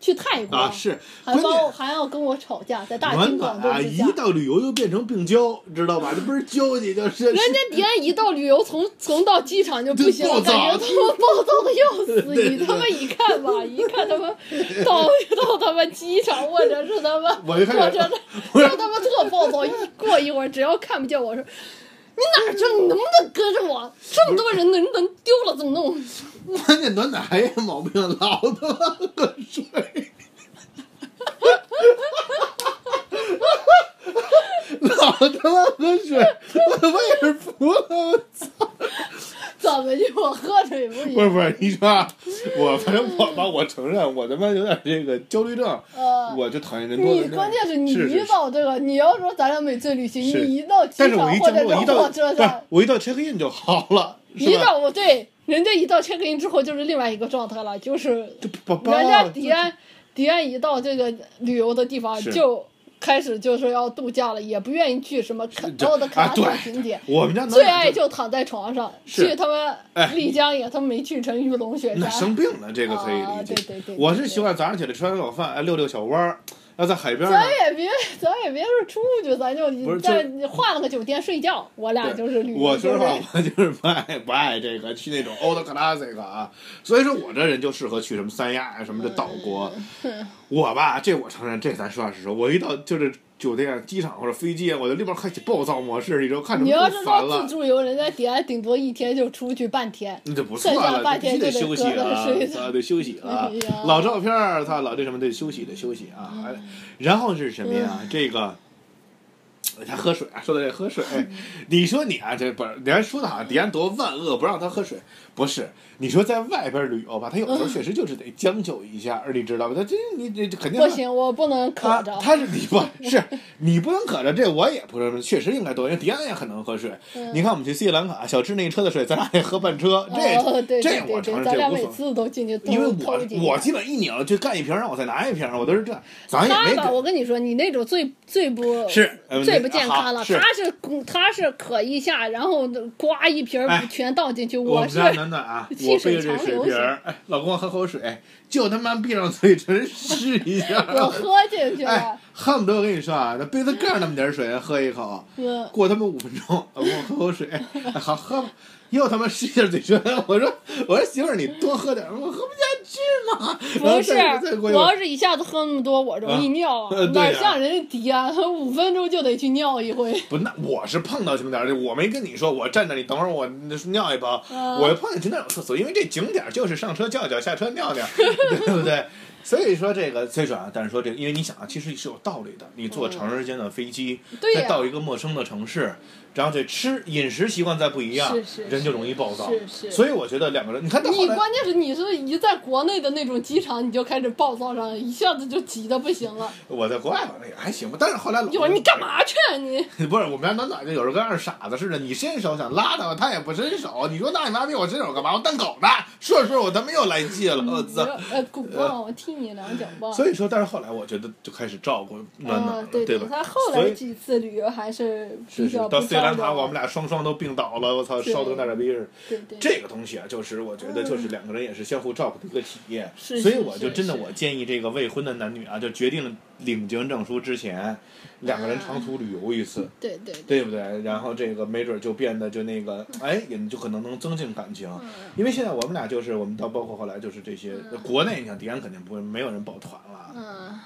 去泰国啊，是嗯还关包键。还要跟我吵架，在大暖庭广暖众啊，之一下。到旅游就变成病娇，知道吧？这不是娇气，就是人家迪安一到旅游，从从到机场就不行了，就暴躁感觉他妈暴躁的要死。你他妈一看吧，一看他妈到到他妈机场或者是他妈我就开始或者是就他妈特暴躁。一过一会儿，只要看不见我说。你哪儿去？你能不能跟着我？这么多人，能能丢了怎么弄？ [laughs] 关键暖暖还有毛病，老他妈喝水， [laughs] 老他妈喝水，我他妈也是服了。我操怎么就我喝水不不行？是不是，你 [laughs] 说啊，我反正我吧，我承认我他妈有点这个焦虑症，呃，我就讨厌人多的你地儿。关键是你是是一到这个，你要说咱俩每次旅行，是你一到机但是我场一或进者入，我是一到火不车是站，我一到 check in 就好了，是一吧？到我对人家一到 check in 之后就是另外一个状态了，就是人这宝宝，家迪安迪安一到这个旅游的地方是就开始就是要度假了，也不愿意去什么看这高的啊卡对索景点。我们家最爱就就躺在床上，是去他哎们丽江也，他们没去成玉龙雪那山。生病了，这个可以啊理解。对对对对我是习惯早上起来吃完早饭，哎，溜溜小弯儿，要在海边儿咱呢。也别，咱也别说出去，咱就不是在换了个酒店睡觉。我俩对就是旅游，我就说实是话，我就是不爱不爱这个去那种 old classic 啊，所以说我这人就适合去什么三亚啊什么的岛国。嗯我吧，这我承认，这咱实话实说，我一到就是酒店、机场或者飞机，啊我就立马开启暴躁模式，你知道看什你么要都是烦说了自，助游，人家迪安顶多一天就出去半天。那就不剩算下了，半必须天得就得休息搁那儿啊睡，啊，得休息啊 [laughs] 哎呀，嗯老照片儿，他老这什么得休息得休息啊。然后是什么呀？这个。他喝水啊，说到这喝水，嗯你说你啊，这不是，你还说的好像迪安多万恶不让他喝水，不是？你说在外边旅游吧，他有嗯时候确实就是得将就一下，你知道吧？他这你这这肯定不行，我不能他渴着。他是你不是你不能渴着，这我也不是，确实应该多，因为迪安也很能喝水。你看我们去斯里兰卡，小智那一车的水，咱俩得喝半车，这、嗯哦、对对这对我承对，认咱这俩无每所谓。次都进去偷因为偷几我我基本一拧就干一瓶，让我再拿一瓶，我都是这样，咱也他没吧，给我跟你说，你那种最最不是呃最那不健康了。好是他是嗯他是渴一下，然后呱一瓶哎儿全倒进去。我我们是家暖暖 [laughs] 啊，我细背水着这长水流。瓶儿，哎，老公喝口水，就他妈闭上嘴唇试一下 [laughs] 我喝进去哎了，，恨不得我跟你说啊，那杯子盖儿那么点儿水，喝一 [laughs] 口，嗯，过他妈五分钟， [laughs] 老公我喝口水，哎好喝吧，又他妈试一下嘴唇，我说我说媳妇儿你多喝点儿，我喝不下去嘛。然后不是再再，过我一会儿要是一下子喝那么多，我容易尿啊呃对哪呀像人家迪安，五分钟就得去尿 [laughs] 一回。不，那我是碰到景点儿，就我没跟你说，我站那里等会儿我尿一泡，啊我碰见景点儿有厕所，因为这景点儿就是上车叫叫，下车尿 [laughs] 尿，对不对？所以说这个，所以说啊，但是说这个，因为你想啊，其实是有道理的。你坐长时间的飞机，嗯对再呀、到一个陌生的城市，然后这吃饮食习惯再不一样，是是人就容易暴躁。是是所以我觉得两个人，你看到好你在关键是你是一在国内的那种机场，你就开始暴躁上，一下子就急的不行了。我在国外玩的也还行吧，但是后来老一会儿你干？嘛去、啊、你？ [laughs] 不是我们家暖暖就有时候跟二傻子似的，你伸手想拉他，他也不伸手。你说那你妈逼我伸手干嘛？我当狗呢？说着说着我他妈又来气了，我你说操！呃，鼓棒，我踢你两脚棒。所以说，但是后来我觉得就开始照顾暖暖嗯了，，对对吧？对，他后所来以几次旅游还是是比是较，不到斯里兰招卡摇我们俩双双都病倒了，我操，是烧成大傻逼似的。对对，这个东西啊，就是我觉得就是两个人也是相互照顾的一个体验，嗯是所以是我就是真的是我建议这个未婚的男女啊，就决定领结婚证书之前，两个人长途旅游一次，对对对，对不对？然后这个没准就变得就那个，哎，也就可能能增进感情，因为现在我们俩就是我们到包括后来就是这些国内，你看迪安肯定不会没有人抱团了。嗯，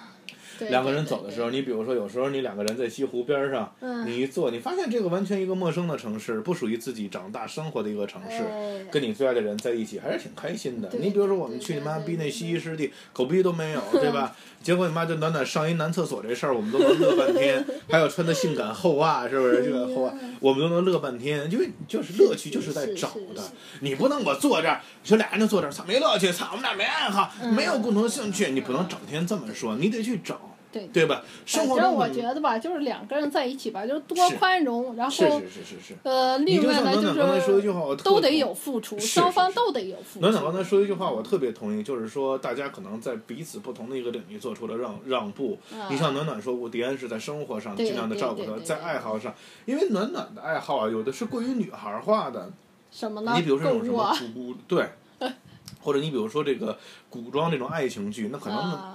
对两个对人对走的对时候，你比如说，有时候你两个人在西湖边上，嗯你一坐，你发现这个完全一个陌生的城市，不属于自己长大生活的一个城市，哎跟你最爱的人在一起还是挺开心的。对你比如说我们去你妈逼那西医湿地，狗逼都没有，对 [laughs] 吧？结果你妈就暖暖上一男厕所这事儿，我们都能乐半天。还有穿的性感厚袜，是不是？性感哎厚袜，我们都能乐半天，因为就是乐趣就是在找是的是。你不能我坐这儿，说俩人就坐这儿，操没乐趣，操我们俩没爱好，嗯没有共同兴趣，你不能整天这么说，你得去找，对对吧？反生活正中我的觉得吧，就是两个人在一起吧，就是多是宽容，然是后是是是是。呃，你另就外像呢暖暖刚才说一句是话，我特都得同意有付出，是是双方是都得有付出。暖暖刚才说一句话，我特别同意，就是说大家可能在彼此不同的一个领域做出了让让步。啊你像暖暖说过，迪安是在生活上对尽量的照顾对她，对对在爱好上，因为暖暖的爱好啊，有的是过于女孩化的，什么呢？你比如说购这种什物么啊 [laughs] 古对，或者你比如说这个古装这种爱情剧，那可能啊，嗯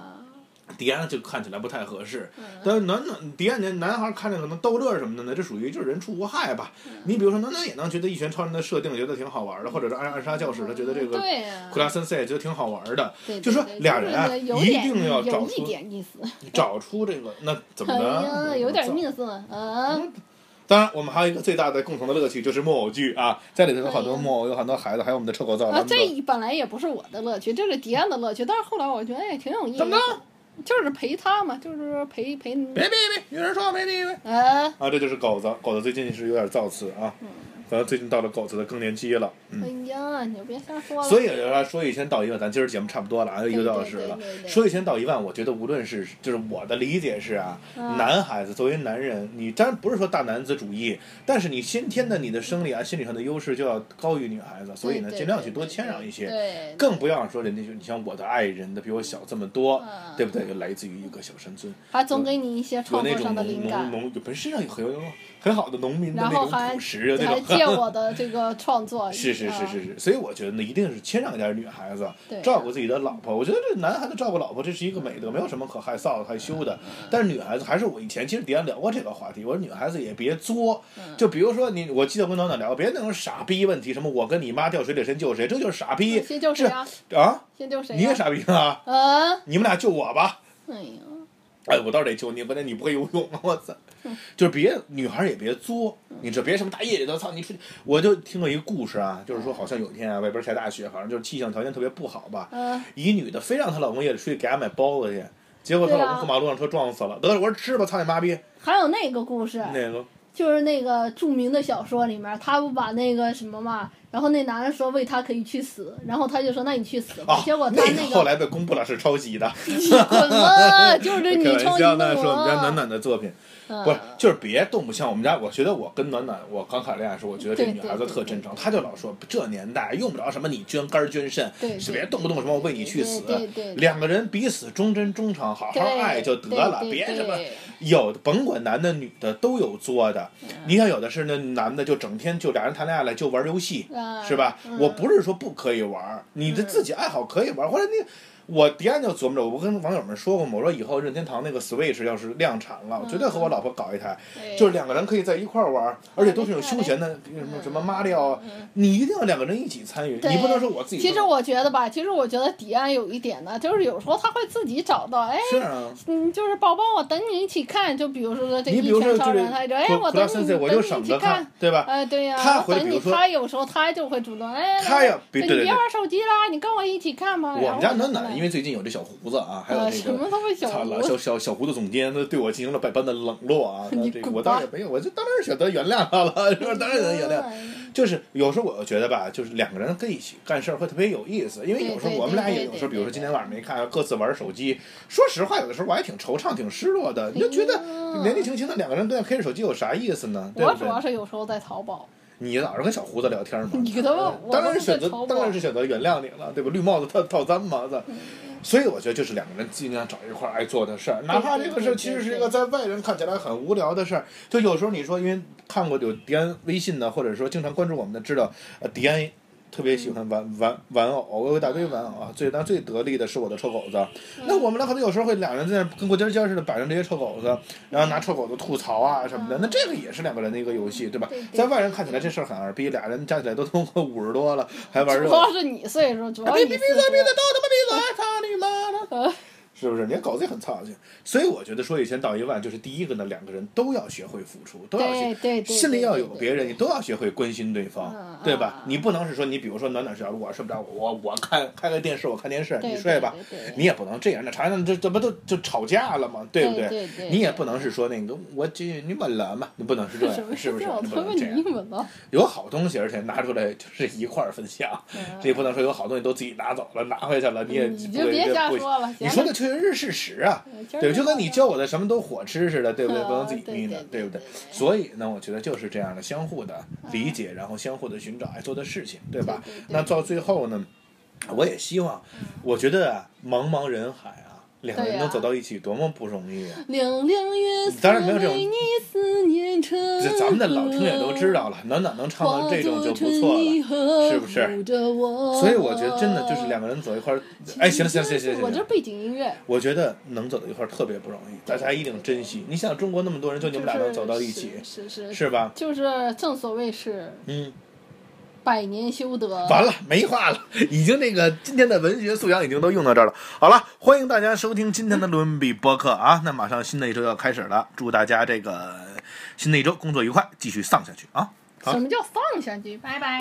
迪安就看起来不太合适，但是男男迪安男男孩看着可能逗乐什么的呢，这属于就是人畜无害吧。嗯你比如说男男也能觉得一拳超人的设定觉得挺好玩的，或者是暗暗杀教室他觉得这个对呀库拉森塞觉得挺好玩 [laughs] 的，对对就说对俩人啊有一点定要找有一出点意思，找出这个那怎么哎了？呀，有点怎么意思，嗯，当然，我们还有一个最大的共同的乐趣就是木偶剧啊，家里头有好多木偶，有很多孩子，还有我们的臭狗皂。咱哎啊，们都这本来也不是我的乐趣，这是迪安的乐趣，但是后来我觉得哎挺有意思怎么，就是陪他嘛，就是陪陪，别别别，有人说没地位呃，啊，这就是狗子，狗子最近是有点造次啊，嗯可能最近到了狗子的更年期了。哎呀，你就别瞎说嗯了，所以来说一千道一万，咱今儿节目差不多了啊，一个多小时了哎对对对。对说一千道一万，我觉得无论是就是我的理解是啊，嗯男孩子作为男人，你当然不是说大男子主义，但是你先天的你的生理啊、心理上的优势就要高于女孩子，所以呢，对尽量去多谦让一些。对，更不要说人家就你像我的爱人，他比我小这么多，嗯对不对？就来自于一个小山村，还总给你一些创有那作种上的农灵农感，农，有本身上有很有很好的农民的然那后种还朴实啊，那还种借我的这个创作， [laughs] 嗯是是是是是，所以我觉得呢，一定是谦让一点女孩子对，啊照顾自己的老婆。我觉得这男孩子照顾老婆，这是一个美德，没有什么可害臊的、害羞的。嗯但是女孩子还是我以前其实迪安聊过这个话题，我说女孩子也别作，嗯就比如说你，我记得跟暖暖聊过，别那种傻逼问题，什么我跟你妈掉水里谁救谁，这就是傻啊，逼先救谁啊？啊！先救谁、啊？你也傻逼啊！嗯，你们俩救我吧！哎呀，哎，我倒是得救你，关键你不会游泳，我操！嗯就是别女孩儿也别作，你这别什么大夜里头操你出去。我就听过一个故事啊，就是说好像有一天啊，外边下大雪，反正就是气象条件特别不好吧。嗯，一女的非让她老公夜里出去给她买包子去，结果她对老啊公过马路让车撞死了。得了，我说吃吧，操你妈逼！还有那个故事，那个就是那个著名的小说里面，他不把那个什么嘛，然后那男人说为他可以去死，然后他就说那你去死吧，啊，结果他那那后个来被公布了是抄袭的。你 [laughs] 滚吧，就是你开抄玩袭笑我，呢，说我们家暖暖的作品，嗯不是，就是别动不像我们家。我觉得我跟暖暖，我刚谈恋爱的时候，我觉得这对女对孩子对特对真诚，她就老说这年代用不着什么你捐肝儿捐肾对，对是别动不动什么为你去死对对对对，两个人彼此忠贞忠诚，好好对爱就得了，对对别对什么有甭管男的女的都有作的。嗯你想有的是那男的就整天就俩人谈恋爱了就玩游戏，啊是吧？嗯我不是说不可以玩儿，你的自己爱好可以玩儿，或者你。我迪安就琢磨着，我不跟网友们说过吗？我说以后任天堂那个 Switch 要是量产了，我绝对和我老婆搞一台，嗯对就是两个人可以在一块儿玩儿，而且都是有休闲的，什么什么马里奥啊，你一定要两个人一起参与，对你不能说我自己做。嗯其实我觉得吧，其实我觉得迪安有一点呢，就是有时候他会自己找到，哎，是啊，嗯，就是宝宝，我等你一起看。就比如说这你一比如说拳就超是人，他就哎，普我普拉等森你，塞，等我就你一省起着看，对吧？哎，对呀、他会等比你，如说他有时候他就会主动，哎，他来要比对对对你别对玩手机啦，你跟我一起看嘛。我们家暖暖因因为为最近有这小胡子啊，还有呃那什个么都会小操了，吴小，小小胡子总监都对我进行了百般的冷落啊。那 [laughs] 你这个滚我当吧然也没有，我就当然选择原谅他了， [laughs] 是吧？当然选择原谅。嗯 [laughs] 就是有时候我觉得吧，就是两个人跟一起干事儿会特别有意思，因为有时候我们俩也有时候，比如说今天晚上没看，各自玩手机。说实话，有的时候我还挺惆怅、挺失落的。你就觉得年纪轻轻的两个人对开着手机有啥意思呢？对哎我不主对？要是有时候在淘宝，你老是跟小胡子聊天嘛？ [laughs] 你他妈我当都然不选是择淘，宝当然是选择原谅你了，对吧？绿帽子套套餐嘛，操！嗯所以我觉得就是两个人尽量找一块儿爱做的事儿，哪怕这个事儿其实是一个在外人看起来很无聊的事儿。就有时候你说，因为看过有迪安微信的，或者说经常关注我们的，知道呃迪安特别喜欢嗯玩玩玩偶，我有一大堆玩偶啊。最但最得力的是我的臭狗子。嗯那我们俩可能有时候会两人在那儿跟过家家似的摆上这些臭狗嗯子，然后拿臭狗子吐槽啊什么的。那这个也是两个人的一个游戏，对吧？对对在外人看起来这事儿很二逼，俩人加起来都他妈五十多 [laughs] 了，还玩这主个。要是你岁数，主要 [laughs] 别你别岁别嘴闭嘴，都数。他妈闭嘴！操你妈的！啊呃，是不是？连狗子也很操心，所以我觉得说一千道一万，就是第一个呢，两个人都要学会付出，都要学对对对，心里要有对别人，你都要学会关心对嗯方啊，对吧？你不能是说你，比如说暖暖睡着了，我睡不着，我我看开个电视，我看电视，对你对睡吧对对，你也不能这样，那常常这这不都就吵架了吗？对不对对对你也不能是说那个我这你们了嘛，你不能是这对什么样，是不是？叫你他不们能这你样，们了？有好东西，而且拿出来就是一块儿分享，这也不能说有好东西都自己拿走了，拿回去了，你也嗯你不就会别这瞎不说了你说行了嗯的确实是事实啊，今儿对，就就跟到你这教我的什么都火吃似的，对不对？啊不能自己对眯对呢，对不对对？对所以呢，我觉得就是这样的，相互的理解，然后相互的寻找爱做的事情，嗯对吧对对？对那到最后呢，我也希望，我觉得啊，茫茫人海啊，两个人对能呀走到一起多么不容易啊！凉凉月色当然没有这种为你思念成这咱们的老听友都知道了，暖暖能唱到这种就不错了。了是不是所所以我觉得真的就是两个人走一块儿，哎，行了行了行了行了行我这了，背景音乐，我觉得能走到一块儿特别不容易，大家一定珍惜。你想中国那么多人，就你就们是俩能走到一起，是是是，是吧？就是正所谓是嗯，百年修得。 [laughs] 完了，没话了，已经这个今天的文学素养已经都用到这儿了。好了，欢迎大家收听今天的伦比播客啊，那马上新的一周要开始了，祝大家这个新的一周工作愉快，继续丧下去啊！好什么叫放下去？拜拜。